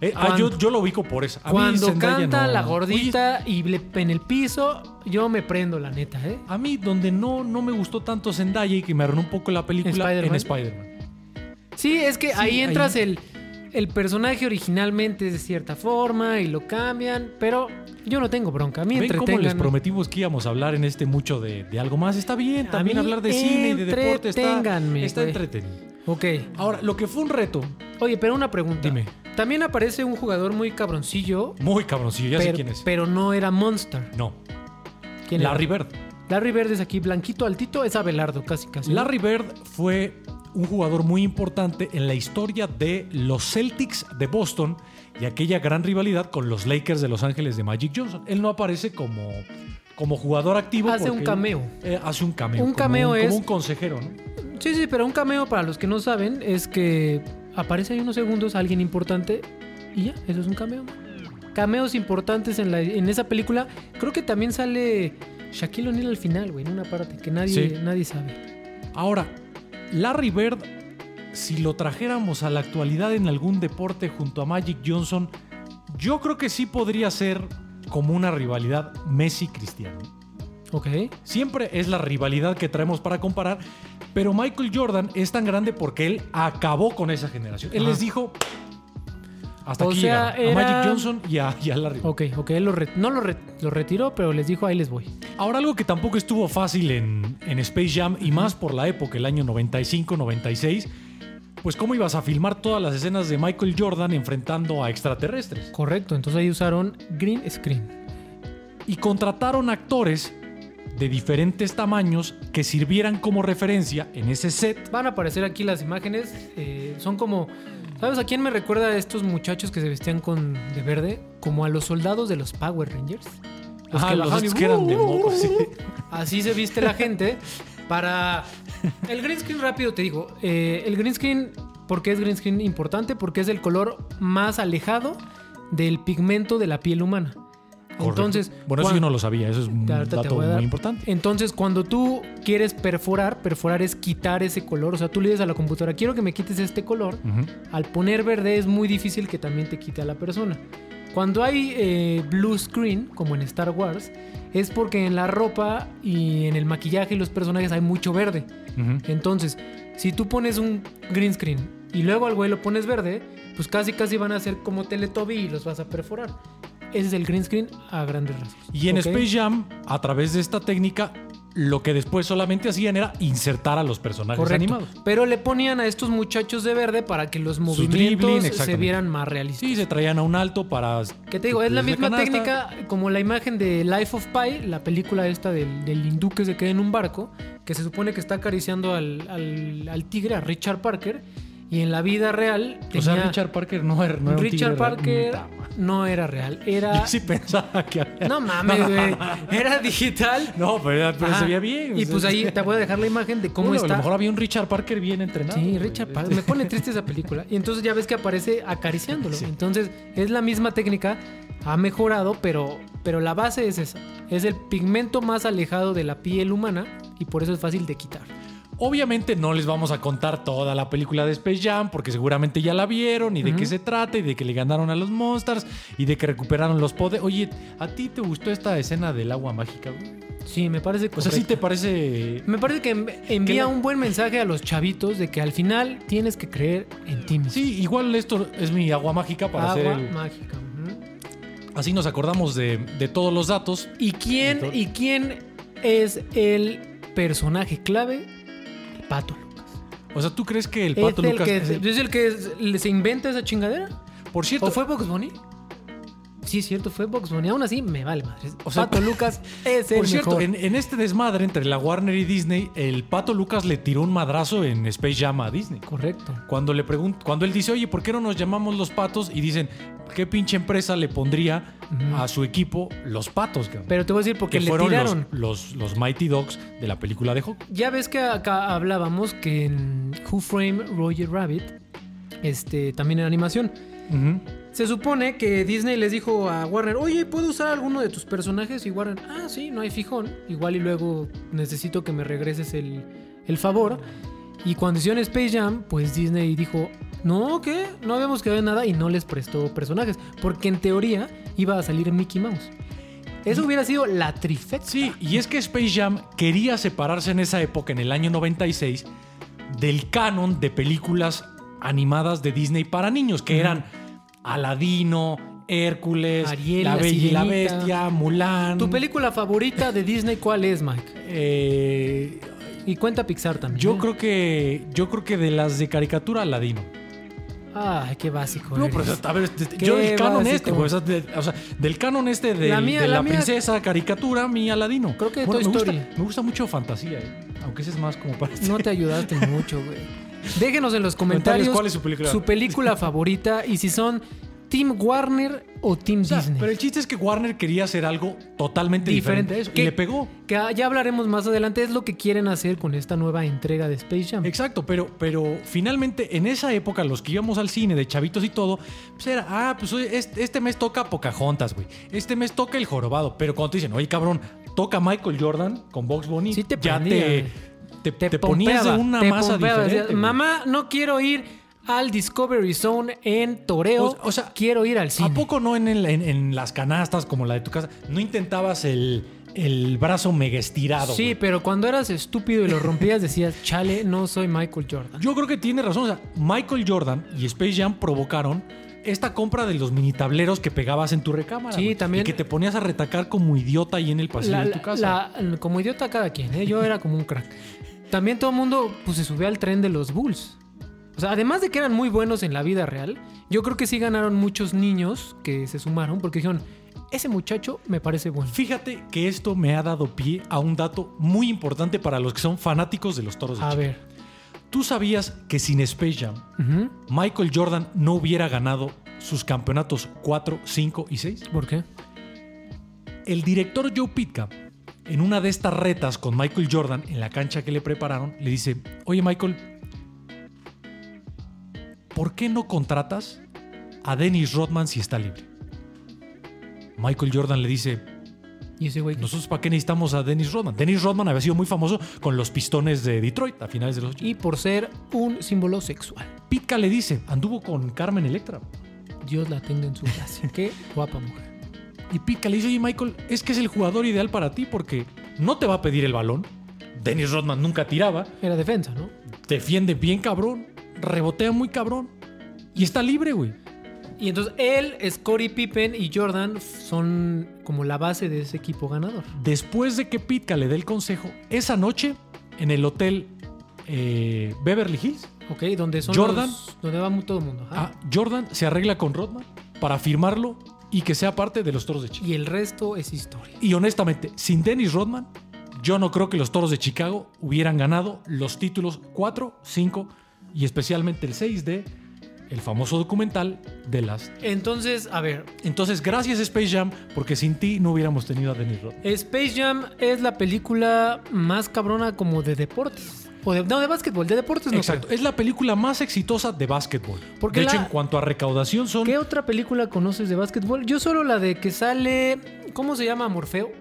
S1: Eh, ah, yo,
S3: cuando-
S1: yo lo ubico por esa. A mí
S3: Cuando
S1: Zendaya
S3: canta
S1: no-
S3: la
S1: no.
S3: gordita y le- en el piso, yo me prendo, la neta, ¿eh?
S1: Oye, a mí, donde no, no me gustó tanto Zendaya y que me arruinó un poco la película,
S3: ¿Spider-Man?
S1: en Spider-Man.
S3: Sí, es que ahí entras
S1: ahí.
S3: el. El personaje originalmente es de cierta forma y lo cambian, pero yo no tengo bronca. A mí
S1: ¿Ven cómo les
S3: entreténganme.
S1: prometimos que íbamos a hablar en este mucho de, de algo más? Está bien, también
S3: mí
S1: hablar de cine y de deporte está,
S3: entreténganme,
S1: está
S3: güey.
S1: entretenido.
S3: Ok.
S1: Ahora, lo que fue un reto,
S3: Oye, pero una pregunta.
S1: Dime.
S3: También aparece un jugador muy cabroncillo,
S1: muy cabroncillo, ya sé
S3: pero,
S1: quién es.
S3: pero no era Monster.
S1: no,
S3: ¿Quién era?
S1: Larry Bird.
S3: Larry Bird es aquí, blanquito, altito, es Abelardo, casi, casi.
S1: Larry Bird fue un jugador muy importante en la historia de los Celtics de Boston y aquella gran rivalidad con los Lakers de Los Ángeles de Magic Johnson. Él no aparece como, como jugador activo.
S3: Hace un
S1: porque-
S3: cameo.
S1: Eh, hace un cameo.
S3: Un
S1: como
S3: cameo es-
S1: Como un consejero, ¿no?
S3: Sí, sí, pero un cameo, para los que no saben, es que aparece ahí unos segundos alguien importante y ya, eso es un cameo. Cameos importantes en, la, en esa película. Creo que también sale Shaquille O'Neal al final, güey, en una parte que nadie,
S1: Sí.
S3: nadie sabe.
S1: Ahora, Larry Bird, si lo trajéramos a la actualidad en algún deporte junto a Magic Johnson, yo creo que sí podría ser como una rivalidad Messi-Cristiano.
S3: Ok.
S1: Siempre es la rivalidad que traemos para comparar, pero Michael Jordan es tan grande porque él acabó con esa generación. Él
S3: Ajá.
S1: les dijo, Hasta
S3: O
S1: aquí
S3: sea,
S1: llegaron. A
S3: era-
S1: Magic Johnson y a, y a Larry.
S3: Ok, ok, él lo re- no lo, re- lo retiró, pero les dijo, ahí les voy.
S1: Ahora, algo que tampoco estuvo fácil en, en Space Jam y más por la época, el año 95, 96, pues cómo ibas a filmar todas las escenas de Michael Jordan enfrentando a extraterrestres.
S3: Correcto, entonces ahí usaron green screen.
S1: Y contrataron actores de diferentes tamaños que sirvieran como referencia en ese set.
S3: Van a aparecer aquí las imágenes, eh, son como... ¿Sabes a quién me recuerda a estos muchachos que se vestían con de verde? Como a los soldados de los Power Rangers.
S1: Ajá, Ah, los
S3: bajaban y- ¡uh!
S1: estos que eran de moco, sí.
S3: Así se viste la gente para... El green screen rápido te digo. eh, el green screen, ¿por qué es green screen importante? Porque es el color más alejado del pigmento de la piel humana. Entonces,
S1: Correcto. bueno, eso
S3: cuan-
S1: yo no lo sabía, eso es un
S3: Ahorita te
S1: dato
S3: voy a dar.
S1: muy importante.
S3: Entonces, cuando tú quieres perforar, perforar es quitar ese color. O sea, tú le dices a la computadora, quiero que me quites este color.
S1: Ujú.
S3: Al poner verde es muy difícil que también te quite a la persona. Cuando hay eh, blue screen, como en Star Wars, es porque en la ropa y en el maquillaje y los personajes hay mucho verde.
S1: Ujú.
S3: Entonces, si tú pones un green screen y luego al güey lo pones verde, pues casi casi van a ser como Teletubby y los vas a perforar. Ese es el green screen a grandes rasgos.
S1: Y en
S3: ¿ok?
S1: Space Jam, a través de esta técnica, lo que después solamente hacían era insertar a los personajes
S3: Correcto.
S1: animados.
S3: Pero le ponían a estos muchachos de verde para que los
S1: dribbling,
S3: movimientos se
S1: exactamente.
S3: vieran más realistas.
S1: Sí, se traían a un alto para.
S3: Que te digo, es la
S1: desde
S3: misma
S1: canasta.
S3: técnica como la imagen de Life of Pi, la película esta del, del hindú que se queda en un barco, que se supone que está acariciando al, al- al tigre, a Richard Parker, y en la vida real
S1: O sea,
S3: tenía-
S1: Richard Parker no era. No era un
S3: Richard
S1: tigre,
S3: Parker
S1: era- Mm,
S3: no era real,
S1: ta-
S3: era...
S1: Yo sí pensaba que había.
S3: No mames, güey, era digital.
S1: No, pero, era- pero
S3: Ajá.
S1: se veía bien.
S3: Y
S1: o sea,
S3: pues ahí te voy a dejar la imagen de cómo
S1: bueno,
S3: está.
S1: A lo mejor había un Richard Parker bien entrenado.
S3: Sí,
S1: güey. Este,
S3: Richard Parr. Me pone triste esa película. Y entonces ya ves que aparece acariciándolo.
S1: Sí.
S3: Entonces es la misma técnica, ha mejorado, pero, pero la base es esa. Es el pigmento más alejado de la piel humana y por eso es fácil de quitar.
S1: Obviamente no les vamos a contar toda la película de Space Jam porque seguramente ya la vieron y de qué se trata y de que le ganaron a los Monsters y de que recuperaron los poderes. Oye, ¿a ti te gustó esta escena del agua mágica? güey?
S3: Sí, me parece
S1: O sea,
S3: correcto.
S1: ¿sí te parece...?
S3: Me parece que en- envía
S1: le-
S3: un buen mensaje a los chavitos de que al final tienes que creer en ti mismo.
S1: Sí, igual esto es mi agua mágica para hacer...
S3: Agua
S1: el-
S3: mágica. ujú.
S1: Así nos acordamos de, de todos los datos.
S3: ¿Y quién,
S1: Entonces-
S3: ¿Y quién es el personaje clave? El pato. Lucas.
S1: O sea, ¿tú crees que el Pato
S3: ¿Es el
S1: Lucas...
S3: que-
S1: es el-
S3: ¿Es el que es- le- se inventa esa chingadera?
S1: Por cierto,
S3: ¿O fue Box Bunny? Sí, es cierto, fue Box Bunny. Aún así, me vale madre.
S1: O sea,
S3: Pato Lucas es el
S1: por cierto
S3: mejor.
S1: en, en este desmadre entre la Warner y Disney, el Pato Lucas le tiró un madrazo en Space Jam a Disney.
S3: Correcto.
S1: Cuando le pregunto, cuando él dice, oye, ¿por qué no nos llamamos los patos? Y dicen, ¿qué pinche empresa le pondría
S3: Ujú.
S1: a su equipo los patos? cabrón?
S3: Pero te voy a decir porque
S1: que
S3: le
S1: fueron los,
S3: tiraron.
S1: los, los Mighty Dogs de la película de Hulk.
S3: Ya ves que acá hablábamos que en Who Framed Roger Rabbit, este, también en animación. Se supone que Disney les dijo a Warner, oye, ¿puedo usar alguno de tus personajes? Y Warner, ah, sí, no hay fijón. Igual y luego necesito que me regreses el, el favor. Y cuando hicieron Space Jam, pues Disney dijo, no, ¿qué? No habíamos quedado en nada y no les prestó personajes. Porque en teoría iba a salir Mickey Mouse. Eso hubiera sido la trifecta.
S1: Sí, y es que Space Jam quería separarse en esa época, en el año 96, del canon de películas animadas de Disney para niños, que eran Aladino, Hércules,
S3: Ariel,
S1: La
S3: La
S1: Bella y la
S3: Sirenita.
S1: Bestia, Mulan.
S3: ¿Tu película favorita de Disney cuál es, Mike?
S1: Eh,
S3: Y cuenta Pixar también.
S1: yo
S3: ¿eh?
S1: creo que yo creo que de las de caricatura Aladino.
S3: Ay, qué básico.
S1: No,
S3: eres.
S1: pero a ver, este- este-
S3: Qué
S1: yo del canon
S3: básico.
S1: este, güey, o sea, de- o sea, del canon este de
S3: La
S1: la,
S3: mía-
S1: de
S3: la
S1: la
S3: mía-
S1: princesa, caricatura, mi Aladino.
S3: Creo que de
S1: me
S3: Toy
S1: gusta,
S3: Story.
S1: me gusta mucho fantasía, eh, aunque ese es más como para
S3: No te ayudaste mucho, güey. Déjenos en los
S1: Comentarios,
S3: comentarios
S1: ¿cuál es su película?
S3: película favorita y si son Team Warner o Team
S1: O sea,
S3: Disney.
S1: Pero el chiste es que Warner quería hacer algo totalmente diferente,
S3: Diferente.
S1: a eso,
S3: ¿Qué?
S1: y le pegó.
S3: Que ya hablaremos más adelante, es lo que quieren hacer con esta nueva entrega de Space Jam.
S1: Exacto, pero, pero finalmente en esa época los que íbamos al cine de chavitos y todo, pues era, ah, pues oye, este, este mes toca Pocahontas, güey. Este mes toca El Jorobado. Pero cuando te dicen, oye, cabrón, toca Michael Jordan con Box Bunny,
S3: Sí te
S1: ya
S3: prendía,
S1: te,
S3: güey.
S1: te, te ponías de
S3: pompeaba,
S1: una
S3: te
S1: masa diferente.
S3: pompeaba, decías,
S1: güey.
S3: Mamá, no quiero ir al Discovery Zone en Toreo.
S1: O- o sea,
S3: quiero ir al cine.
S1: ¿A poco no en, el- en- en las canastas como la de tu casa? ¿No intentabas el, el brazo mega estirado?
S3: Sí,
S1: güey?
S3: pero cuando eras estúpido y lo rompías decías, chale, no soy Michael Jordan.
S1: Yo creo que tiene razón. O sea, Michael Jordan y Space Jam provocaron esta compra de los mini tableros que pegabas en tu recámara.
S3: Sí,
S1: güey,
S3: también.
S1: Y que te ponías a retacar como idiota ahí en el pasillo
S3: La-
S1: de tu casa.
S3: la- como idiota cada quien, ¿eh? yo era como un crack. También todo el mundo pues, se subió al tren de los Bulls. O sea, además de que eran muy buenos en la vida real, yo creo que sí ganaron muchos niños que se sumaron porque dijeron, ese muchacho me parece bueno.
S1: Fíjate que esto me ha dado pie a un dato muy importante para los que son fanáticos de los toros de
S3: A
S1: Chicago.
S3: ver.
S1: ¿Tú sabías que sin Space Jam,
S3: Ujú.
S1: Michael Jordan no hubiera ganado sus campeonatos 4, 5 y 6?
S3: ¿Por qué?
S1: El director Joe Pitka, en una de estas retas con Michael Jordan en la cancha que le prepararon, le dice, oye Michael, ¿por qué no contratas a Dennis Rodman si está libre? Michael Jordan le dice,
S3: Y ese güey...
S1: nosotros para qué necesitamos a Dennis Rodman. Dennis Rodman había sido muy famoso con los pistones de Detroit a finales de los 80.
S3: Y por ser un símbolo sexual.
S1: Y Pitka le dice, anduvo con Carmen Electra.
S3: Dios la tenga en su gracia. Qué guapa mujer.
S1: Y Pitka le dice, oye Michael, es que es el jugador ideal para ti porque no te va a pedir el balón. Dennis Rodman nunca tiraba.
S3: Era defensa, ¿no?
S1: defiende bien cabrón, rebotea muy cabrón y está libre, güey.
S3: Y entonces él, Scottie Pippen y Jordan son como la base de ese equipo ganador.
S1: Después de que Pitka le dé el consejo, esa noche en el hotel eh, Beverly Hills,
S3: Ok, donde son
S1: Jordan.
S3: los- donde va mu- todo el mundo. ajá.
S1: ah, Jordan se arregla con Rodman para firmarlo y que sea parte de los Toros de Chicago.
S3: Y el resto es historia.
S1: Y honestamente, sin Dennis Rodman, yo no creo que los Toros de Chicago hubieran ganado los títulos 4, 5 y especialmente el 6 de el famoso documental de las
S3: Entonces, a ver,
S1: Entonces, gracias Space Jam, porque sin ti no hubiéramos tenido a Dennis Rodman.
S3: Space Jam es la película más cabrona como de deportes. O de, no, de básquetbol, de deportes no.
S1: Exacto.
S3: creo.
S1: Es la película más exitosa de básquetbol.
S3: Porque
S1: de hecho,
S3: la-
S1: en cuanto a recaudación, son.
S3: ¿Qué otra película conoces de básquetbol? Yo solo la de que sale. ¿Cómo se llama? ¿Morfeo?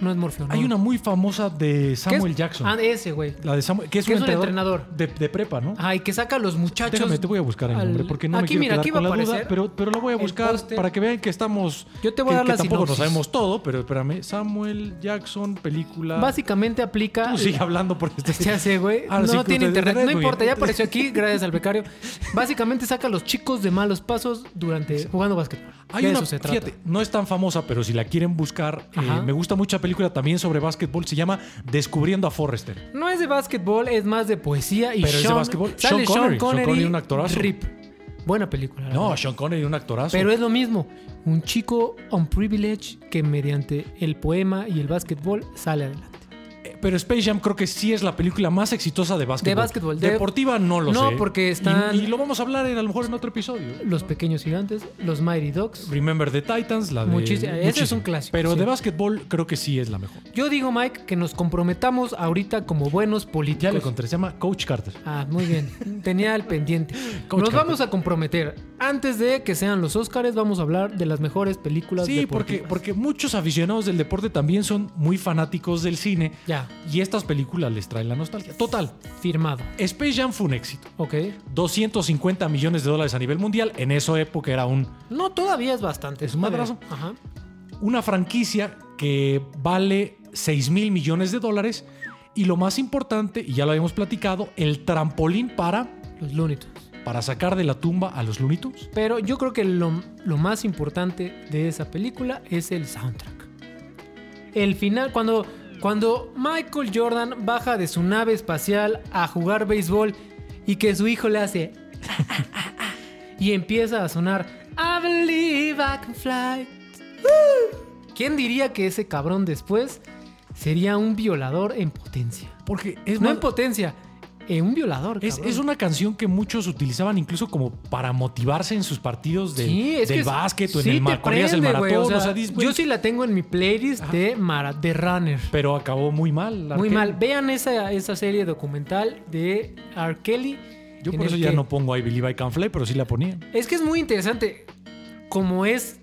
S3: No es Morfeo.
S1: Hay
S3: no.
S1: una muy famosa de
S3: ¿Qué es?
S1: Samuel Jackson.
S3: Ah, ese, güey.
S1: La de Samuel, que es,
S3: que
S1: un,
S3: es un
S1: entrenador
S3: entrenador.
S1: De, de prepa, ¿no?
S3: Ay, que saca a los muchachos.
S1: Déjame, te voy a buscar el
S3: al-
S1: nombre porque no me
S3: Aquí,
S1: quiero
S3: mira,
S1: quedar
S3: aquí va
S1: con
S3: a
S1: la duda,
S3: aparecer
S1: pero, pero lo voy a
S3: el
S1: buscar
S3: póster.
S1: para que vean que estamos.
S3: Yo te voy a
S1: que-
S3: dar
S1: que
S3: la
S1: tampoco
S3: sinopsis.
S1: lo sabemos todo, pero espérame. Samuel Jackson, película.
S3: Básicamente aplica.
S1: Tú sigue hablando porque este-
S3: Ya sé, güey.
S1: Ahora
S3: no
S1: sí que
S3: tiene
S1: ustedes-
S3: internet. No
S1: muy bien.
S3: importa, ya apareció aquí, gracias al becario. Básicamente saca a los chicos de malos pasos durante jugando básquetbol.
S1: Hay
S3: de
S1: una,
S3: eso se trata.
S1: fíjate, no es tan famosa, pero si la quieren buscar, eh,
S3: Ajá.
S1: me gusta mucha película también sobre básquetbol, se llama Descubriendo a Forrester.
S3: No es de básquetbol, es más de poesía y
S1: Pero es de
S3: Sean-
S1: básquetbol. Sean Connery.
S3: Sale Sean Connery,
S1: Sean Connery, un actorazo.
S3: Rip. Buena película. la
S1: No,
S3: verdad.
S1: Sean Connery, un actorazo.
S3: Pero es lo mismo. Un chico on privilege que mediante el poema y el básquetbol sale adelante.
S1: Eh, pero Space Jam creo que sí es la película más exitosa de básquetbol.
S3: De básquetbol, de-
S1: Deportiva no lo
S3: No,
S1: sé.
S3: porque están-
S1: Y, y lo vamos a hablar en- a lo mejor en otro episodio.
S3: Los pequeños gigantes, los Mighty Dogs.
S1: Remember the Titans, la de...
S3: Muchísimo. Ese es un clásico,
S1: Pero
S3: sí.
S1: de básquetbol creo que sí es la mejor.
S3: Yo digo, Mike, que nos comprometamos ahorita como buenos
S1: Ya le
S3: políticos.
S1: conté, se llama Coach Carter.
S3: Ah, muy bien. Tenía el pendiente.
S1: Coach
S3: Nos
S1: Carter.
S3: vamos a comprometer. Antes de que sean los Óscares, vamos a hablar de las mejores películas
S1: Sí, porque,
S3: deportivas.
S1: porque muchos aficionados del deporte también son muy fanáticos del cine
S3: Ya,
S1: y estas películas les traen la nostalgia. Total,
S3: firmado.
S1: Space Jam fue un éxito.
S3: Ok.
S1: 250 millones de dólares a nivel mundial. En esa época era un,
S3: No, todavía es bastante.
S1: Es un
S3: todavía.
S1: madrazo.
S3: Ajá.
S1: una franquicia que vale 6 mil millones de dólares. Y lo más importante, y ya lo habíamos platicado, el trampolín para,
S3: Los Looney Tunes.
S1: para sacar de la tumba a los Looney Tunes.
S3: Pero yo creo que lo, lo más importante de esa película es el soundtrack. El final, cuando, cuando Michael Jordan baja de su nave espacial a jugar béisbol y que su hijo le hace... y empieza a sonar... I believe I can fly. Woo". ¿Quién diría que ese cabrón después sería un violador en potencia?
S1: Porque es,
S3: No
S1: más-
S3: en potencia, en un violador.
S1: es,
S3: cabrón.
S1: es una canción que muchos utilizaban incluso como para motivarse en sus partidos de,
S3: Sí, es
S1: del
S3: que es-
S1: básquet o en
S3: sí
S1: el
S3: te
S1: ma- corrías el
S3: prende,
S1: maratón.
S3: güey, o sea,
S1: o sea, dices, güey,
S3: yo sí la tengo en mi playlist de, mara, de Runner.
S1: Pero acabó muy mal.
S3: Muy
S1: Arkell.
S3: mal. Vean esa, esa serie documental de R. Kelly.
S1: Yo
S3: en
S1: por
S3: el
S1: eso ya
S3: que-
S1: no pongo I Believe I Can Fly, pero sí la ponía.
S3: Es que es muy interesante. Como es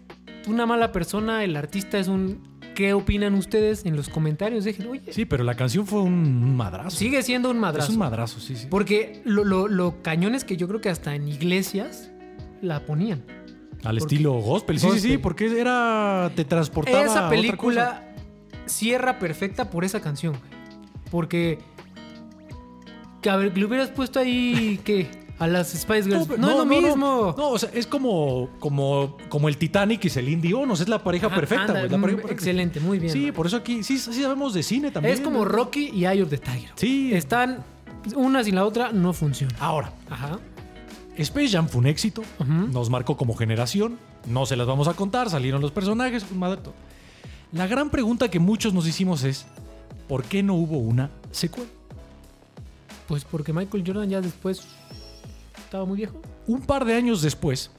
S3: una mala persona, el artista es un... ¿Qué opinan ustedes en los comentarios? Dejen, oye,
S1: Sí, pero la canción fue un madrazo.
S3: sigue siendo un madrazo.
S1: Es un madrazo, sí, sí.
S3: Porque lo, lo, lo cañón es que yo creo que hasta en iglesias la ponían.
S1: Al
S3: Porque-
S1: estilo gospel. Sí, sí, sí,
S3: Gospel.
S1: porque era. Te transportaba. a
S3: Esa
S1: otra cosa.
S3: película cierra perfecta por esa canción, güey. Porque. que, A ver, le hubieras puesto ahí. ¿Qué? a las Spice Girls. No,
S1: pero-
S3: es lo mismo.
S1: No, no, o sea, es como, como, como el Titanic y Celine Dion. O sea, es la pareja
S3: Ajá,
S1: perfecta,
S3: anda,
S1: güey. la
S3: mm,
S1: pareja perfecta.
S3: Excelente, muy bien.
S1: Sí,
S3: Manuel.
S1: por eso aquí sí, sí sabemos de cine también.
S3: es como Rocky y Eye of the Tiger.
S1: Sí.
S3: Están una sin la otra, no funciona.
S1: Ahora,
S3: Ajá.
S1: Space Jam fue un éxito.
S3: Ujú.
S1: Nos marcó como generación. No se las vamos a contar. Salieron los personajes. Madre todo. La gran pregunta que muchos nos hicimos es: ¿por qué no hubo una secuela?
S3: Pues porque Michael Jordan ya después estaba muy viejo.
S1: Un par de años después,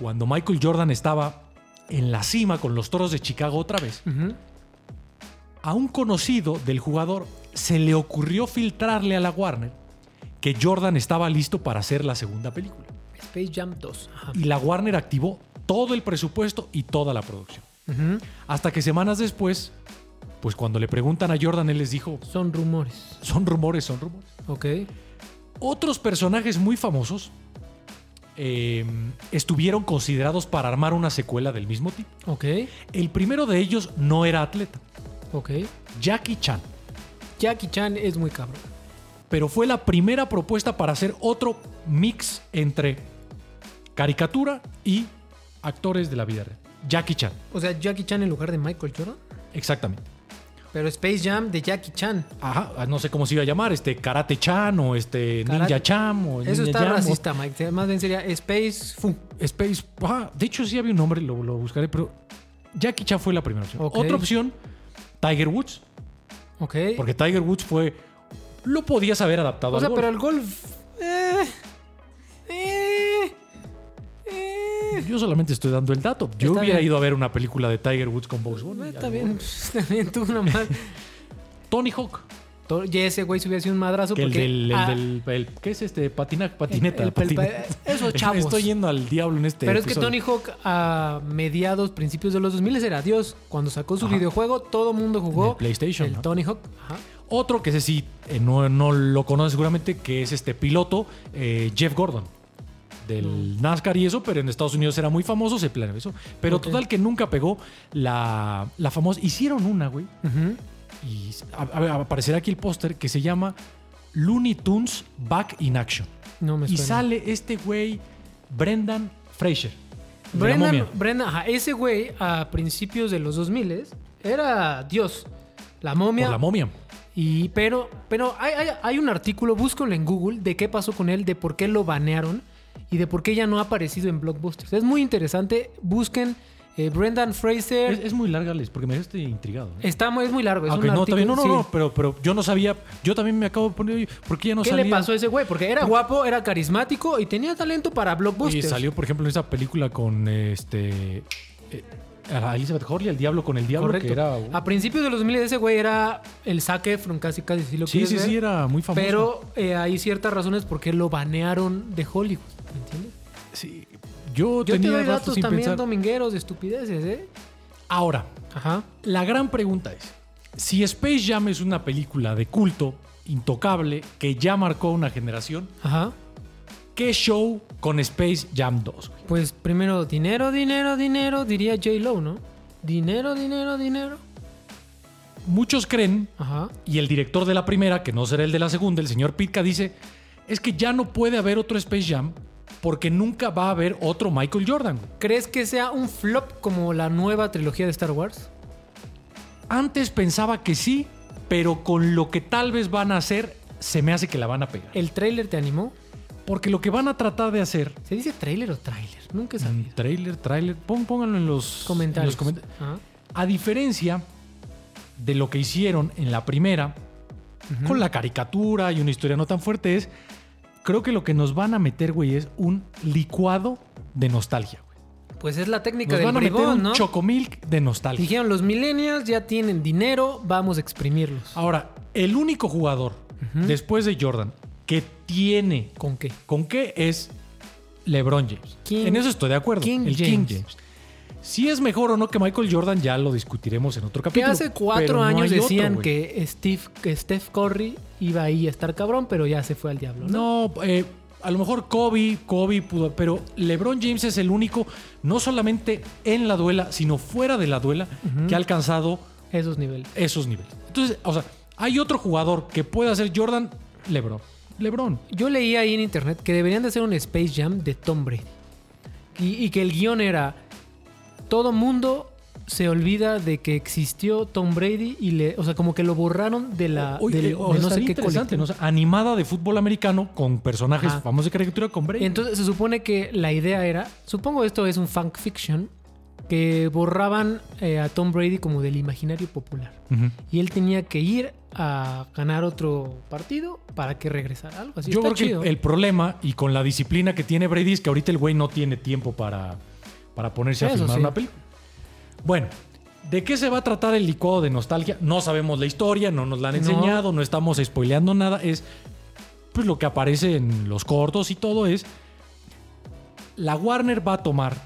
S1: cuando Michael Jordan estaba en la cima con los toros de Chicago otra vez,
S3: Ujú.
S1: a un conocido del jugador se le ocurrió filtrarle a la Warner que Jordan estaba listo para hacer la segunda película.
S3: Space Jam 2. Ajá.
S1: Y la Warner activó todo el presupuesto y toda la producción.
S3: Ujú.
S1: Hasta que semanas después, pues cuando le preguntan a Jordan, él les dijo,
S3: Son rumores.
S1: son rumores, son rumores.
S3: Ok.
S1: Otros personajes muy famosos eh, estuvieron considerados para armar una secuela del mismo tipo.
S3: Ok.
S1: El primero de ellos no era atleta,
S3: Ok.
S1: Jackie Chan,
S3: Jackie Chan es muy cabrón.
S1: pero fue la primera propuesta para hacer otro mix entre caricatura y actores de la vida real. Jackie Chan,
S3: O sea, Jackie Chan en lugar de Michael Jordan.
S1: exactamente.
S3: Pero Space Jam de Jackie Chan.
S1: Ajá, ah, no sé cómo se iba a llamar, este Karate Chan o este
S3: Karate-
S1: Ninja Chan o
S3: Eso
S1: Ninja
S3: está
S1: Jam o-
S3: racista, Mike. Más bien sería Space Fu.
S1: Space. ah, de hecho, sí había un nombre, lo, lo buscaré, pero Jackie Chan fue la primera opción.
S3: Ok.
S1: Otra opción, Tiger Woods,
S3: Ok.
S1: porque Tiger Woods fue. Lo podías haber adaptado
S3: o sea,
S1: al
S3: pero
S1: golf.
S3: el golf. eh, eh, eh.
S1: Yo solamente estoy dando el dato. Yo
S3: Está
S1: hubiera
S3: bien.
S1: ido a ver una película de Tiger Woods con Bugs Bunny.
S3: No, está bien, está bien, tú nomás.
S1: Tony Hawk,
S3: To- Y ese güey se hubiera sido un madrazo
S1: que el
S3: porque.
S1: del, el
S3: ah,
S1: del- el- ¿Qué es este? Patinaje, patineta.
S3: el- el-
S1: patineta.
S3: esos chavos.
S1: Estoy yendo al diablo en este.
S3: pero es que
S1: episodio.
S3: Tony Hawk a mediados, principios de los 2000 era Dios. Cuando sacó su
S1: Ajá.
S3: videojuego, todo mundo
S1: En
S3: jugó.
S1: el PlayStation,
S3: El
S1: ¿no?
S3: Tony Hawk. Ajá.
S1: Otro que ese sí eh, no, no lo conoce seguramente, que es este piloto, eh, Jeff Gordon, del NASCAR y eso, pero en Estados Unidos era muy famoso, se planeó eso. Pero
S3: Ok.
S1: total que nunca pegó la, la famosa. Hicieron una, güey.
S3: Ujú.
S1: Y a- a- aparecerá aquí el póster que se llama Looney Tunes Back in Action.
S3: No me
S1: Y
S3: suena.
S1: sale este güey, Brendan Fraser. de la
S3: Brendan,
S1: momia.
S3: Brendan, ajá, ese güey a principios de los 2000 era Dios. La momia.
S1: Por la momia.
S3: Y, pero pero hay, hay, hay un artículo, búsquenlo en Google, de qué pasó con él, de por qué lo banearon y de por qué ya no ha aparecido en blockbusters. Es muy interesante. Busquen eh, Brendan Fraser.
S1: Es, es muy larga, Les, porque me dejaste intrigado. ¿eh?
S3: Está muy- es muy largo. Es
S1: Ah, ok,
S3: un
S1: no,
S3: artículo,
S1: también, no, no,
S3: sí.
S1: no, pero, pero yo no sabía. Yo también me acabo de poner. oye, ¿Por qué ya no
S3: ¿Qué
S1: salía?
S3: le pasó a ese güey? Porque era guapo, era carismático y tenía talento para
S1: Oye,
S3: blockbusters.
S1: salió, por ejemplo, en esa película con este. eh, a Elizabeth Horley, El Diablo con el Diablo,
S3: Correcto. Ah,
S1: que era.
S3: A principios de los 2000 ese güey era el Zac Efron, casi casi si lo
S1: sí,
S3: quieres
S1: sí, sí,
S3: ver.
S1: era muy famoso.
S3: pues Pero eh, hay ciertas razones por qué lo banearon de Hollywood, ¿me entiendes?
S1: Sí, yo,
S3: Yo te
S1: tenía
S3: doy
S1: rato
S3: datos
S1: sin
S3: también
S1: pensar.
S3: domingueros de estupideces, ¿eh?
S1: Ahora,
S3: Ajá.
S1: la gran pregunta es: si Space Jam es una película de culto, intocable, que ya marcó una generación,
S3: Ajá.
S1: ¿qué show con Space Jam 2? güey?
S3: Pues primero, dinero, dinero, dinero, diría J. Lo, ¿no? Dinero, dinero, dinero.
S1: Muchos creen
S3: Ajá.
S1: Y el director de la primera, que no será el de la segunda, el señor Pitka, dice, es que ya no puede haber otro Space Jam porque nunca va a haber otro Michael Jordan. güey.
S3: ¿Crees que sea un flop como la nueva trilogía de Star Wars?
S1: Antes pensaba que sí, pero con lo que tal vez van a hacer, se me hace que la van a pegar.
S3: ¿El tráiler te animó?
S1: Porque lo que van a tratar de hacer...
S3: ¿Se dice tráiler o tráiler? Nunca he
S1: Mm,
S3: sabido.
S1: Trailer, trailer, pon- pónganlo en los
S3: Comentarios.
S1: en los comenta-
S3: Ajá.
S1: a diferencia de lo que hicieron en la primera, con la caricatura y una historia no tan fuerte, es. Creo que lo que nos van a meter, güey, es un licuado de nostalgia, güey.
S3: Pues es la técnica
S1: Nos
S3: del
S1: van a meter
S3: bribón,
S1: un
S3: ¿no?
S1: chocomilk de nostalgia.
S3: Dijeron, los millennials ya tienen dinero, vamos a exprimirlos.
S1: Ahora, el único jugador después de Jordan que tiene
S3: ¿Con qué?
S1: con qué es LeBron James.
S3: King-
S1: en eso estoy de acuerdo.
S3: King
S1: el
S3: James.
S1: King James. Si es mejor o no que Michael Jordan, ya lo discutiremos en otro
S3: Que
S1: capítulo.
S3: hace cuatro
S1: pero no
S3: años
S1: hay otro,
S3: decían
S1: güey.
S3: que Steve, que Steph Curry iba ahí a estar cabrón, pero ya se fue al diablo, ¿no?
S1: No, eh, a lo mejor Kobe, Kobe pudo, pero LeBron James es el único, no solamente en la duela, sino fuera de la duela, que ha alcanzado
S3: Esos niveles.
S1: esos niveles. Entonces, o sea, hay otro jugador que puede hacer Jordan, LeBron. LeBron.
S3: Yo leí ahí en internet que deberían de hacer un Space Jam de Tom Brady. Y, y que el guión era, todo mundo se olvida de que existió Tom Brady y le, o sea, como que lo borraron de la,
S1: Oye,
S3: del-
S1: eh, o
S3: de no
S1: estaría
S3: sé qué
S1: interesante,
S3: colectivo.
S1: ¿no? O sea, animada de fútbol americano con personajes
S3: Ajá.
S1: famosos de caricatura con Brady.
S3: Entonces se supone que la idea era, supongo esto es un fanfiction, fiction, que borraban eh, a Tom Brady como del imaginario popular.
S1: Ujú.
S3: Y él tenía que ir a ganar otro partido para que regresara algo así.
S1: Yo
S3: Está
S1: creo
S3: chido.
S1: que el problema y con la disciplina que tiene Brady es que ahorita el güey no tiene tiempo para, para ponerse a
S3: Eso
S1: filmar
S3: sí.
S1: una película. Bueno, ¿de qué se va a tratar el licuado de nostalgia? No sabemos la historia, no nos la han
S3: No.
S1: enseñado, no, estamos spoileando nada. Es pues, lo que aparece en los cortos y todo es. La Warner va a tomar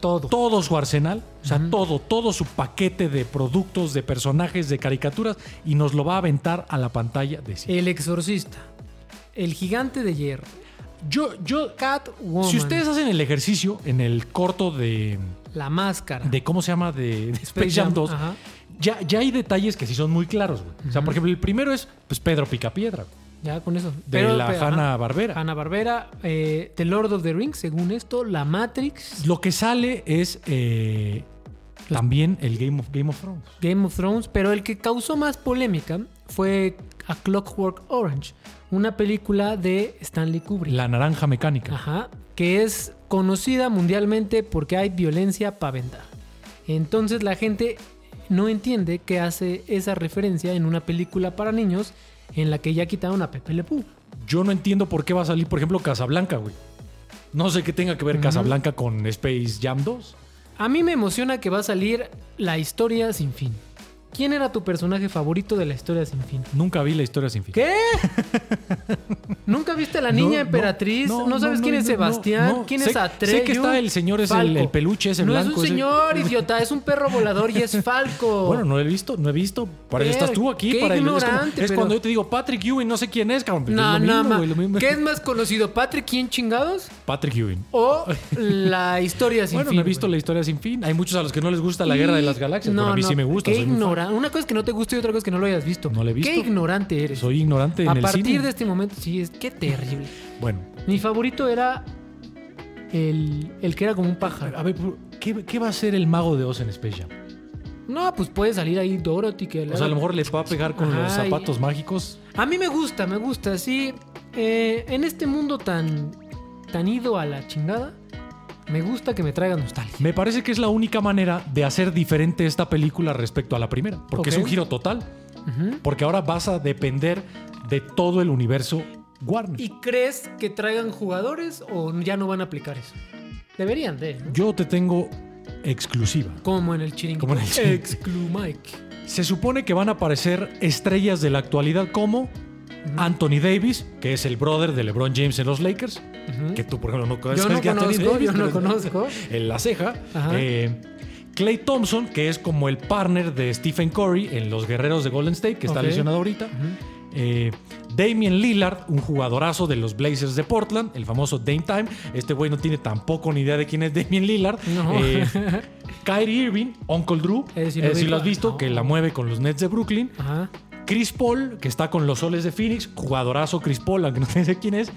S3: todo.
S1: todo su arsenal, o sea,
S3: Ujú.
S1: todo, todo su paquete de productos, de personajes, de caricaturas, y nos lo va a aventar a la pantalla de cine.
S3: El exorcista. El gigante de hierro.
S1: Yo, yo,
S3: Catwoman.
S1: si ustedes hacen el ejercicio en el corto de,
S3: La máscara.
S1: de ¿cómo se llama? De, de Space Jam 2,
S3: ajá.
S1: ya, ya hay detalles que sí son muy claros, güey. O sea, por ejemplo, el primero es pues, Pedro Picapiedra,
S3: Ya con eso.
S1: de la Hanna Barbera.
S3: Hanna Barbera. eh, The Lord of the Rings, según esto. La Matrix.
S1: Lo que sale es eh, también el Game of, Game of Thrones.
S3: Game of Thrones, pero el que causó más polémica fue A Clockwork Orange, una película de Stanley Kubrick.
S1: La naranja mecánica.
S3: Ajá, que es conocida mundialmente porque hay violencia para vender. Entonces la gente no entiende que hace esa referencia en una película para niños en la que ya quitaron a Pepe Le Pew.
S1: Yo no entiendo por qué va a salir, por ejemplo, Casablanca, güey. No sé qué tenga que ver Casablanca con Space Jam 2.
S3: A mí me emociona que va a salir la historia sin fin. ¿Quién era tu personaje favorito de la historia sin fin?
S1: Nunca vi la historia sin fin.
S3: ¿Qué? ¿Nunca viste a la niña emperatriz? ¿No, sabes quién es
S1: no,
S3: Sebastián?
S1: no.
S3: ¿Quién
S1: Sé-
S3: es Atreyu?
S1: Sé que está el señor, es el,
S3: Falco.
S1: el peluche, ese
S3: no
S1: blanco.
S3: es un
S1: ese-
S3: señor, idiota. Es un perro volador y es Falco.
S1: Bueno, no lo he visto, no he visto. Para eso
S3: Qué-
S1: estás tú aquí.
S3: qué
S1: para es como- es,
S3: ignorante, pero-
S1: cuando yo te digo Patrick Ewing, no sé quién es, cabrón. Es
S3: No,
S1: lo mismo,
S3: no, ma-
S1: güey, lo mismo.
S3: ¿Qué es más conocido? ¿Patrick quién chingados?
S1: Patrick Ewing.
S3: ¿O la historia sin
S1: bueno,
S3: fin?
S1: no he visto
S3: güey?
S1: la historia sin fin. Hay muchos a los que no les gusta la guerra de las galaxias,
S3: No,
S1: pero a mí
S3: no,
S1: sí me gusta.
S3: Qué
S1: soy muy fan.
S3: ignorante. Una cosa es que no te guste y otra cosa es que no lo hayas visto.
S1: No la he visto.
S3: Qué ignorante eres.
S1: Soy ignorante
S3: A
S1: en el
S3: partir
S1: cine.
S3: de este momento, sí, es qué terrible.
S1: Bueno,
S3: Mi favorito era el, el que era como un pájaro.
S1: a ver, ¿qué, qué va a ser el mago de Oz en Space Jam?
S3: No, pues puede salir ahí Dorothy. Que la-
S1: O sea, a lo mejor les va a pegar con los
S3: Ay.
S1: zapatos mágicos.
S3: A mí me gusta, me gusta. Sí, Eh, en este mundo tan, tan ido a la chingada, me gusta que me traiga nostalgia.
S1: Me parece que es la única manera de hacer diferente esta película respecto a la primera, porque es
S3: Ok.
S1: un giro total,
S3: Ujú.
S1: porque ahora vas a depender de todo el universo Warner.
S3: ¿Y crees que traigan jugadores o ya no van a aplicar eso? Deberían de. ¿no?
S1: Yo te tengo exclusiva.
S3: Como en el chiringuito.
S1: Como en el chiringuito.
S3: Exclu Mike.
S1: Se supone que van a aparecer estrellas de la actualidad como Anthony Davis, que es el brother de LeBron James en los Lakers,
S3: Ujú.
S1: que tú por ejemplo no conoces.
S3: Yo no
S1: Pues que Anthony
S3: conozco, yo no
S1: pero-
S3: conozco.
S1: En la ceja.
S3: Ajá.
S1: Eh, Clay Thompson, que es como el partner de Stephen Curry en los Guerreros de Golden State, que está
S3: Ok.
S1: lesionado ahorita. Eh, Damian Lillard, un jugadorazo de los Blazers de Portland, el famoso Dame Time. Este güey no tiene tampoco ni idea de quién es Damian Lillard.
S3: No.
S1: Eh, Kyrie Irving, Uncle Drew, eh,
S3: Ese
S1: si
S3: sí lo vi.
S1: lo has visto, que la mueve con los Nets de Brooklyn.
S3: Ajá.
S1: Chris Paul, que está con los Soles de Phoenix, jugadorazo Chris Paul, aunque no sé quién es.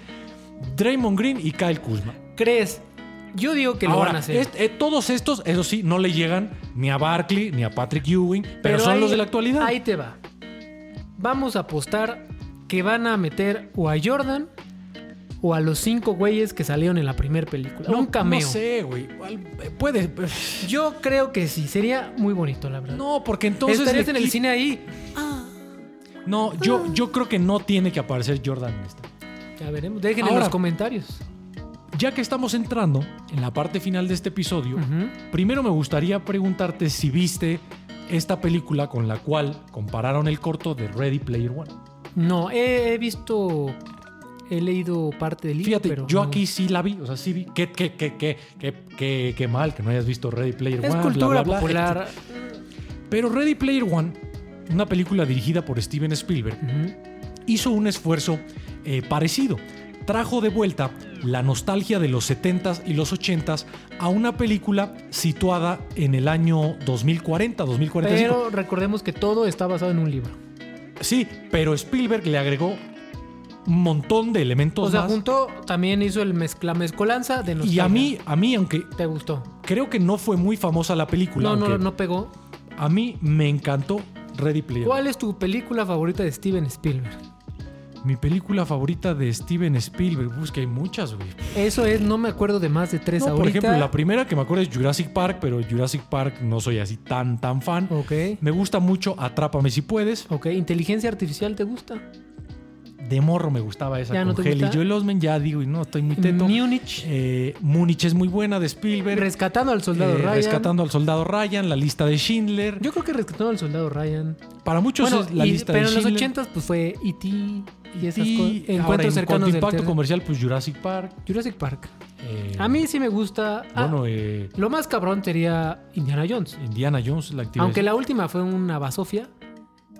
S1: Draymond Green y Kyle Kuzma.
S3: ¿Crees? Yo digo que lo
S1: Ahora,
S3: van a hacer.
S1: est- eh, todos estos, eso sí, no le llegan ni a Barkley ni a Patrick Ewing, pero, son
S3: ahí-
S1: los de la actualidad.
S3: Ahí te va. Vamos a apostar que van a meter o a Jordan o a los cinco güeyes que salieron en la primera película. un cameo.
S1: No sé, güey. Al- eh, Puede.
S3: Yo creo que sí. Sería muy bonito, la verdad.
S1: No, porque entonces.
S3: Estarías en el
S1: equipo-
S3: cine Ah. ahí.
S1: No, yo, yo creo que no tiene que aparecer Jordan en este. esta.
S3: Ya veremos. Dejen en
S1: Ahora.
S3: los comentarios.
S1: Ya que estamos entrando en la parte final de este episodio,
S3: Ujú.
S1: primero me gustaría preguntarte si viste esta película con la cual compararon el corto de Ready Player One.
S3: No, he, he visto. He leído parte del libro.
S1: Fíjate,
S3: pero
S1: yo
S3: no.
S1: aquí sí la vi, o sea, sí vi. Qué, qué, qué, qué, qué, qué, qué mal que no hayas visto Ready Player
S3: Es
S1: One. bla,
S3: cultura
S1: bla, bla,
S3: popular.
S1: Pero Ready Player One, una película dirigida por Steven Spielberg, hizo un esfuerzo eh, parecido. Trajo de vuelta la nostalgia de los 70s y los 80s a una película situada en el año 2040, 2045.
S3: Pero recordemos que todo está basado en un libro.
S1: Sí, pero Spielberg le agregó un montón de elementos
S3: O sea,
S1: más.
S3: junto también hizo el mezcla mezcolanza de
S1: y
S3: nostalgia.
S1: a mí, a mí, aunque
S3: ¿Te gustó?
S1: creo que no fue muy famosa la película,
S3: No, no,
S1: aunque
S3: no pegó.
S1: a mí me encantó Ready Player.
S3: ¿Cuál es tu película favorita de Steven Spielberg?
S1: Mi película favorita de Steven Spielberg. Busca hay muchas, güey.
S3: Eso es, no me acuerdo de más de tres
S1: No,
S3: ahorita.
S1: por ejemplo, la primera que me acuerdo es Jurassic Park, pero Jurassic Park no soy así tan, tan fan.
S3: Ok.
S1: Me gusta mucho Atrápame si puedes.
S3: Ok, inteligencia artificial te gusta.
S1: De morro me gustaba esa
S3: ¿Ya no
S1: con
S3: te
S1: Haley
S3: gusta?
S1: Joel Osment. Ya digo, y no, estoy muy teto.
S3: Múnich.
S1: Eh, Múnich es muy buena de Spielberg.
S3: Rescatando al soldado
S1: Eh,
S3: Ryan.
S1: Rescatando al soldado Ryan, la lista de Schindler.
S3: Yo creo que rescatando al soldado Ryan.
S1: Para muchos
S3: Bueno,
S1: es la
S3: y-
S1: lista
S3: pero
S1: de
S3: en los
S1: Schindler.
S3: 80 pues fue E.T. y esas
S1: Y
S3: cosas.
S1: ahora,
S3: Encuentros
S1: en cuanto a
S3: cercanos del
S1: impacto
S3: tercer-
S1: comercial, pues Jurassic Park.
S3: Jurassic Park.
S1: eh,
S3: A mí sí me gusta. Ah,
S1: Bueno, eh,
S3: lo más cabrón sería Indiana Jones.
S1: Indiana Jones, la actividad.
S3: Aunque la última fue una basofia.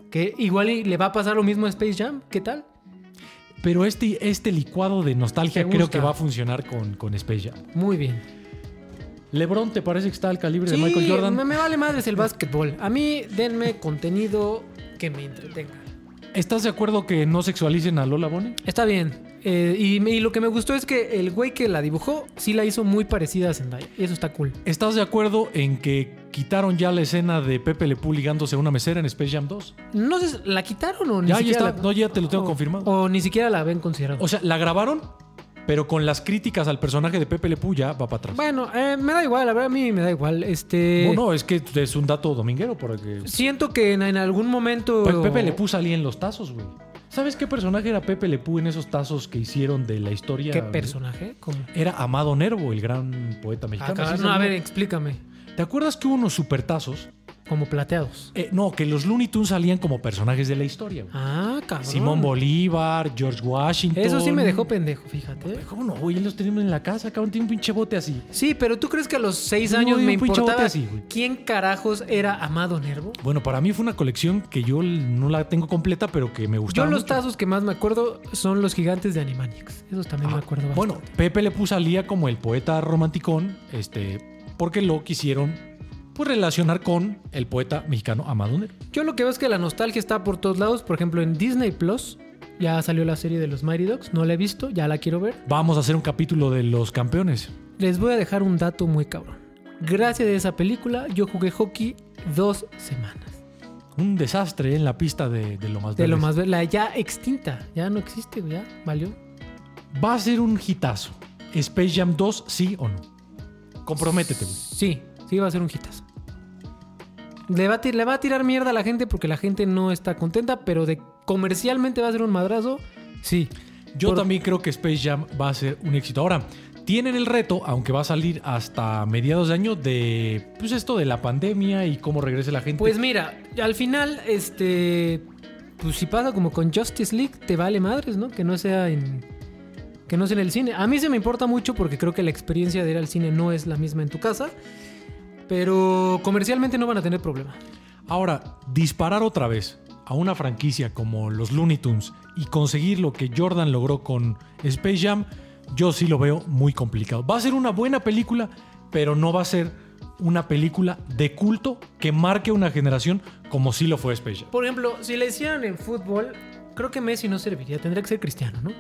S3: Que igual y le va a pasar lo mismo a Space Jam. ¿Qué tal?
S1: Pero este, este licuado de nostalgia
S3: Te
S1: creo
S3: gusta.
S1: que va a funcionar con, con Space Jam.
S3: Muy bien.
S1: ¿Lebron te parece que está al calibre
S3: Sí,
S1: de Michael Jordan?
S3: me, me vale madres el básquetbol. A mí denme contenido que me entretenga.
S1: ¿Estás de acuerdo que no sexualicen a Lola Bonnie?
S3: Está bien. Eh, y, me- y lo que me gustó es que el güey que la dibujó sí la hizo muy parecida a Zendaya. Y eso está cool.
S1: ¿Estás de acuerdo en que quitaron ya la escena de Pepe Le Pew ligándose a una mesera en Space Jam 2?
S3: No sé, ¿la quitaron o ni
S1: Ya, ya
S3: siquiera
S1: está.
S3: la-
S1: No, ya te lo tengo
S3: o-
S1: confirmado.
S3: O ni siquiera la habían considerado.
S1: O sea, la grabaron, pero con las críticas al personaje de Pepe Le Pew ya va para atrás.
S3: bueno, eh, me da igual, la verdad a mí me da igual. Este.
S1: Bueno, es que es un dato dominguero porque
S3: Siento que en, en algún momento.
S1: Pe- Pepe Le Pew salía en los tazos, güey. ¿Sabes qué personaje era Pepe Le Pew en esos tazos que hicieron de la historia?
S3: ¿Qué personaje? ¿Cómo?
S1: Era Amado Nervo, el gran poeta mexicano.
S3: Acá-
S1: ¿Sí
S3: Ah, no, a
S1: sabía?
S3: ver, explícame.
S1: ¿Te acuerdas que hubo unos supertazos?
S3: Como plateados.
S1: Eh, no, que los Looney Tunes salían como personajes de la historia. güey.
S3: Ah, cabrón.
S1: Simón Bolívar, George Washington.
S3: Eso sí me dejó pendejo, fíjate.
S1: ¿Cómo no? Oye, los tenemos en la casa, cabrón. Tiene un pinche bote así.
S3: Sí, pero ¿tú crees que a los seis
S1: No,
S3: años
S1: yo
S3: me
S1: pinche bote
S3: importaba
S1: así, güey.
S3: quién carajos era Amado Nervo?
S1: Bueno, para mí fue una colección que yo no la tengo completa, pero que me
S3: Yo
S1: gustaba.
S3: los
S1: mucho.
S3: tazos que más me acuerdo son los gigantes de Animaniacs. Esos también me
S1: Ah,
S3: acuerdo bastante.
S1: Bueno, Pepe Le Pew salía como el poeta romanticón, este, porque lo quisieron pues, relacionar con el poeta mexicano Amado Nervo.
S3: Yo lo que veo es que la nostalgia está por todos lados. Por ejemplo, en Disney Plus ya salió la serie de los Mighty Dogs. No la he visto, ya la quiero ver.
S1: Vamos a hacer un capítulo de los campeones.
S3: Les voy a dejar un dato muy cabrón. Gracias a esa película, yo jugué hockey dos semanas.
S1: Un desastre en la pista de, de lo más
S3: De lo
S1: Verdes.
S3: más... La ya extinta. Ya no existe, güey, ya valió.
S1: Va a ser un hitazo. Space Jam 2, sí o no. Comprométete, güey.
S3: Sí, sí va a ser un hitazo. Le va, a tir- le va a tirar mierda a la gente porque la gente no está contenta, pero de comercialmente va a ser un madrazo. Sí.
S1: Yo
S3: Por-
S1: también creo que Space Jam va a ser un éxito. Ahora, tienen el reto, aunque va a salir hasta mediados de año, de pues esto de la pandemia y cómo regrese la gente.
S3: Pues mira, al final, este. Pues si pasa como con Justice League, te vale madres, ¿no? Que no sea en. Que no sea en el cine. A mí se me importa mucho porque creo que la experiencia de ir al cine no es la misma en tu casa. Pero comercialmente no van a tener problema.
S1: Ahora, disparar otra vez a una franquicia como los Looney Tunes y conseguir lo que Jordan logró con Space Jam, yo sí lo veo muy complicado. Va a ser una buena película, pero no va a ser una película de culto que marque una generación como sí lo fue Space Jam.
S3: Por ejemplo, si le hicieran en fútbol, creo que Messi no serviría. Tendría que ser cristiano, ¿no?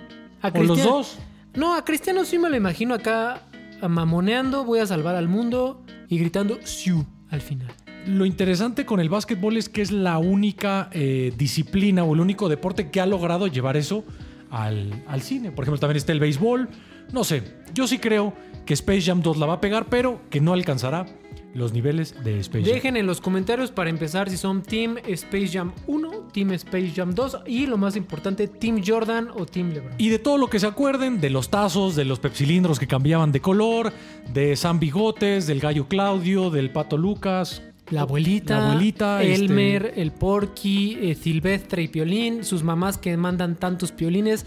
S3: A
S1: O los
S3: Cristiano-
S1: dos.
S3: No, a Cristiano sí me lo imagino acá ah, mamoneando, voy a salvar al mundo y gritando Siu al final.
S1: Lo interesante con el básquetbol es que es la única eh, disciplina o el único deporte que ha logrado llevar eso al, al cine. Por ejemplo, también está el béisbol. No sé, yo sí creo que Space Jam 2 la va a pegar, pero que no alcanzará los niveles de Space Jam.
S3: Dejen en los comentarios para empezar si son Team Space Jam 1, Team Space Jam 2 y lo más importante, Team Jordan o Team LeBron.
S1: Y de todo lo que se acuerden, de los tazos, de los pepsilindros que cambiaban de color, de San Bigotes, del Gallo Claudio, del Pato Lucas.
S3: La abuelita,
S1: La abuelita, este-
S3: Elmer, el Porky, eh, Silvestre y Piolín, sus mamás que mandan tantos piolines.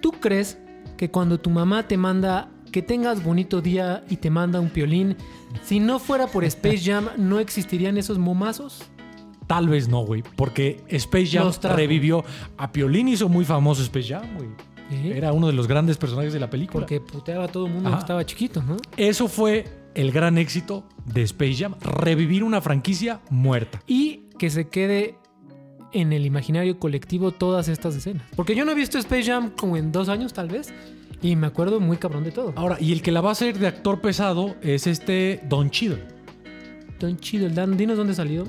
S3: ¿Tú crees que cuando tu mamá te manda que tengas bonito día y te manda un piolín, si no fuera por Space Jam, no existirían esos momazos?
S1: Tal vez no, güey, porque Space Jam
S3: Los trajo.
S1: revivió. A Piolín hizo muy famoso Space Jam, güey.
S3: ¿Eh?
S1: Era uno de los grandes personajes de la película.
S3: Porque puteaba a todo el mundo
S1: Ajá.
S3: que estaba chiquito, ¿no?
S1: eso fue el gran éxito de Space Jam, revivir una franquicia muerta.
S3: Y que se quede en el imaginario colectivo todas estas escenas. Porque yo no he visto Space Jam como en dos años, tal vez. Y me acuerdo muy cabrón de todo.
S1: Ahora, y el que la va a hacer de actor pesado es este Don Cheadle.
S3: Don Cheadle, Dan, dinos dónde salió.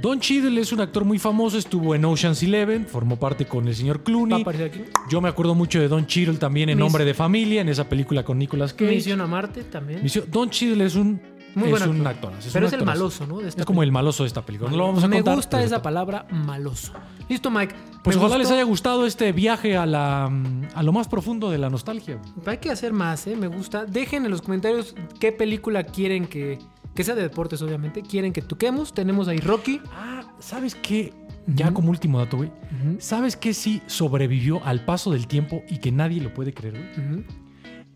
S1: Don Cheadle es un actor muy famoso, estuvo en Ocean's Eleven, formó parte con el señor
S3: Va a
S1: Clooney.
S3: aparecer aquí.
S1: Yo me acuerdo mucho de Don Cheadle también en
S3: Mis-
S1: Hombre de Familia, en esa película con Nicolas Cage.
S3: Misión a Marte también.
S1: Misión- Don Cheadle es un
S3: Muy
S1: es
S3: buen
S1: un
S3: actor.
S1: actorazo,
S3: Pero
S1: un
S3: es el
S1: actorazo.
S3: maloso, ¿no? De esta
S1: Es como el maloso de esta película. No lo vamos a
S3: me
S1: contar,
S3: gusta
S1: pero-
S3: esa palabra maloso. Listo, Mike.
S1: Pues
S3: Me
S1: ojalá
S3: gustó.
S1: les haya gustado este viaje a, la, mm, a lo más profundo de la nostalgia.
S3: Hay que hacer más, ¿eh? Me gusta. Dejen en los comentarios qué película quieren que. Que sea de deportes, obviamente. Quieren que toquemos. Tenemos ahí Rocky.
S1: Ah, ¿sabes qué? Ya
S3: Ujú.
S1: como último dato, güey.
S3: Ujú,
S1: ¿Sabes qué sí sobrevivió al paso del tiempo y que nadie lo puede creer, güey?
S3: ujú.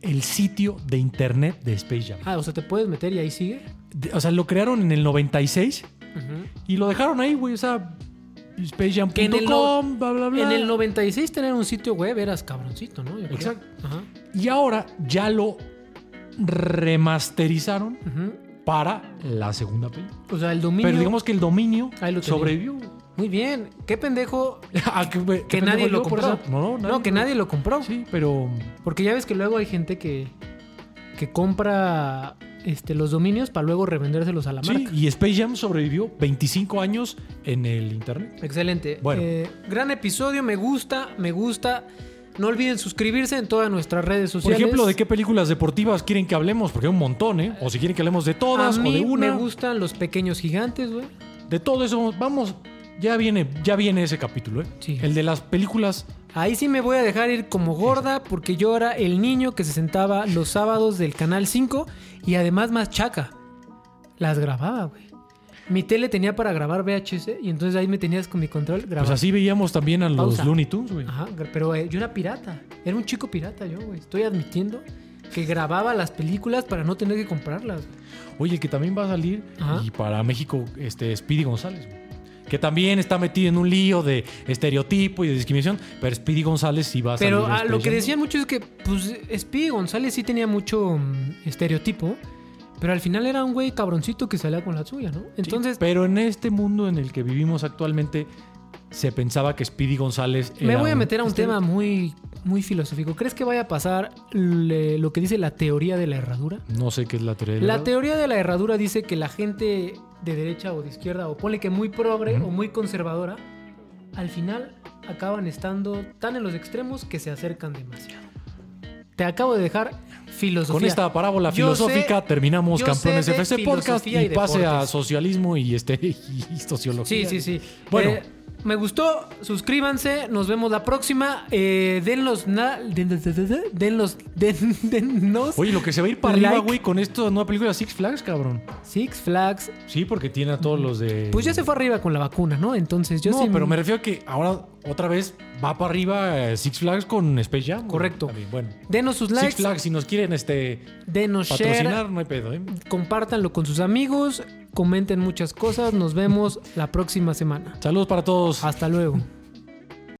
S1: El sitio de internet de Space Jam.
S3: Ah, o sea, te puedes meter y ahí sigue.
S1: De- O sea, lo crearon en el 96
S3: Ujú.
S1: y lo dejaron ahí, güey. O sea,
S3: Que en el
S1: spacejam.com,
S3: no-
S1: bla, bla, bla.
S3: En el 96 tener un sitio web eras cabroncito, ¿no? Yo creo.
S1: Exacto.
S3: Ajá.
S1: Y ahora ya lo remasterizaron
S3: Ujú.
S1: para la segunda película.
S3: O sea, el dominio.
S1: Pero digamos que el dominio
S3: Ahí lo tenía.
S1: sobrevivió. güey.
S3: Muy bien. Qué pendejo
S1: Ah, qué- qué
S3: que
S1: pendejo
S3: nadie lo
S1: yo por
S3: compró.
S1: eso. No, no, nadie
S3: que
S1: lo-
S3: nadie lo compró.
S1: Sí, pero
S3: Porque ya ves que luego hay gente que, que compra este, los dominios para luego revendérselos a la
S1: sí,
S3: marca.
S1: y Space Jam sobrevivió 25 años en el internet.
S3: Excelente.
S1: Bueno.
S3: Eh, gran episodio, me gusta, me gusta. No olviden suscribirse en todas nuestras redes
S1: Por
S3: sociales.
S1: ejemplo, ¿de qué películas deportivas quieren que hablemos? Porque hay un montón, ¿eh? O si quieren que hablemos de todas
S3: a
S1: o
S3: mí
S1: de una.
S3: me gustan los pequeños gigantes, güey.
S1: De todo eso, vamos. Ya viene, ya viene ese capítulo, ¿eh?
S3: Sí.
S1: El de las películas.
S3: Ahí sí me voy a dejar ir como gorda porque yo era el niño que se sentaba los sábados del Canal 5 y además más chaca. Las grababa, güey. Mi tele tenía para grabar VHS y entonces ahí me tenías con mi control grabando.
S1: Pues así veíamos también a los
S3: Pausa.
S1: Looney Tunes, güey.
S3: Ajá, gra- pero eh, yo era pirata. Era un chico pirata yo, güey. Estoy admitiendo que grababa las películas para no tener que comprarlas.
S1: Oye, el que también va a salir
S3: Ajá.
S1: y para México, este, Speedy González, güey. Que también está metido en un lío de estereotipo y de discriminación, pero Speedy González sí va a
S3: Pero
S1: salir.
S3: ah, lo que
S1: decía
S3: decían mucho es que, pues, Speedy González sí tenía mucho mm, estereotipo. Pero al final era un güey cabroncito que salía con la suya, ¿no?
S1: Sí,
S3: Entonces,
S1: pero en este mundo en el que vivimos actualmente, se pensaba que Speedy González.
S3: me
S1: era
S3: voy a meter a un
S1: este-
S3: tema muy, muy filosófico. ¿Crees que vaya a pasar le- lo que dice la teoría de la herradura?
S1: No sé qué es la teoría. de
S3: La teoría de la herradura dice que la gente de derecha o de izquierda, o ponle que muy progre
S1: Ujú.
S3: o muy conservadora, al final acaban estando tan en los extremos que se acercan demasiado. Te acabo de dejar filosofía.
S1: Con esta parábola
S3: Yo
S1: filosófica
S3: sé-
S1: terminamos
S3: yo
S1: Campeones
S3: sé de
S1: FC Podcast y,
S3: filosofía y
S1: pase a
S3: deportes.
S1: socialismo y, este, y sociología.
S3: Sí, sí, sí.
S1: Bueno.
S3: Eh, me gustó, suscríbanse, nos vemos la próxima. Eh, denlos, na- den, den- den- den- denlos, den- dennos
S1: Oye, lo que se va a ir para arriba,
S3: Like.
S1: güey, con esta nueva película Six Flags, cabrón.
S3: Six Flags.
S1: Sí, porque tiene a todos los de.
S3: Pues ya se fue arriba con la vacuna, ¿no? Entonces yo
S1: Eh. no,
S3: sí-
S1: pero me refiero a que ahora otra vez va para arriba eh, Six Flags con Space Jam. güey.
S3: Correcto.
S1: También, Bueno,
S3: Denos sus
S1: Six
S3: likes,
S1: Flags, si nos quieren este,
S3: denos share,
S1: patrocinar, no hay pedo. ¿eh?
S3: compártanlo con sus amigos, comenten muchas cosas. Nos vemos la próxima semana.
S1: Saludos para todos.
S3: Hasta luego.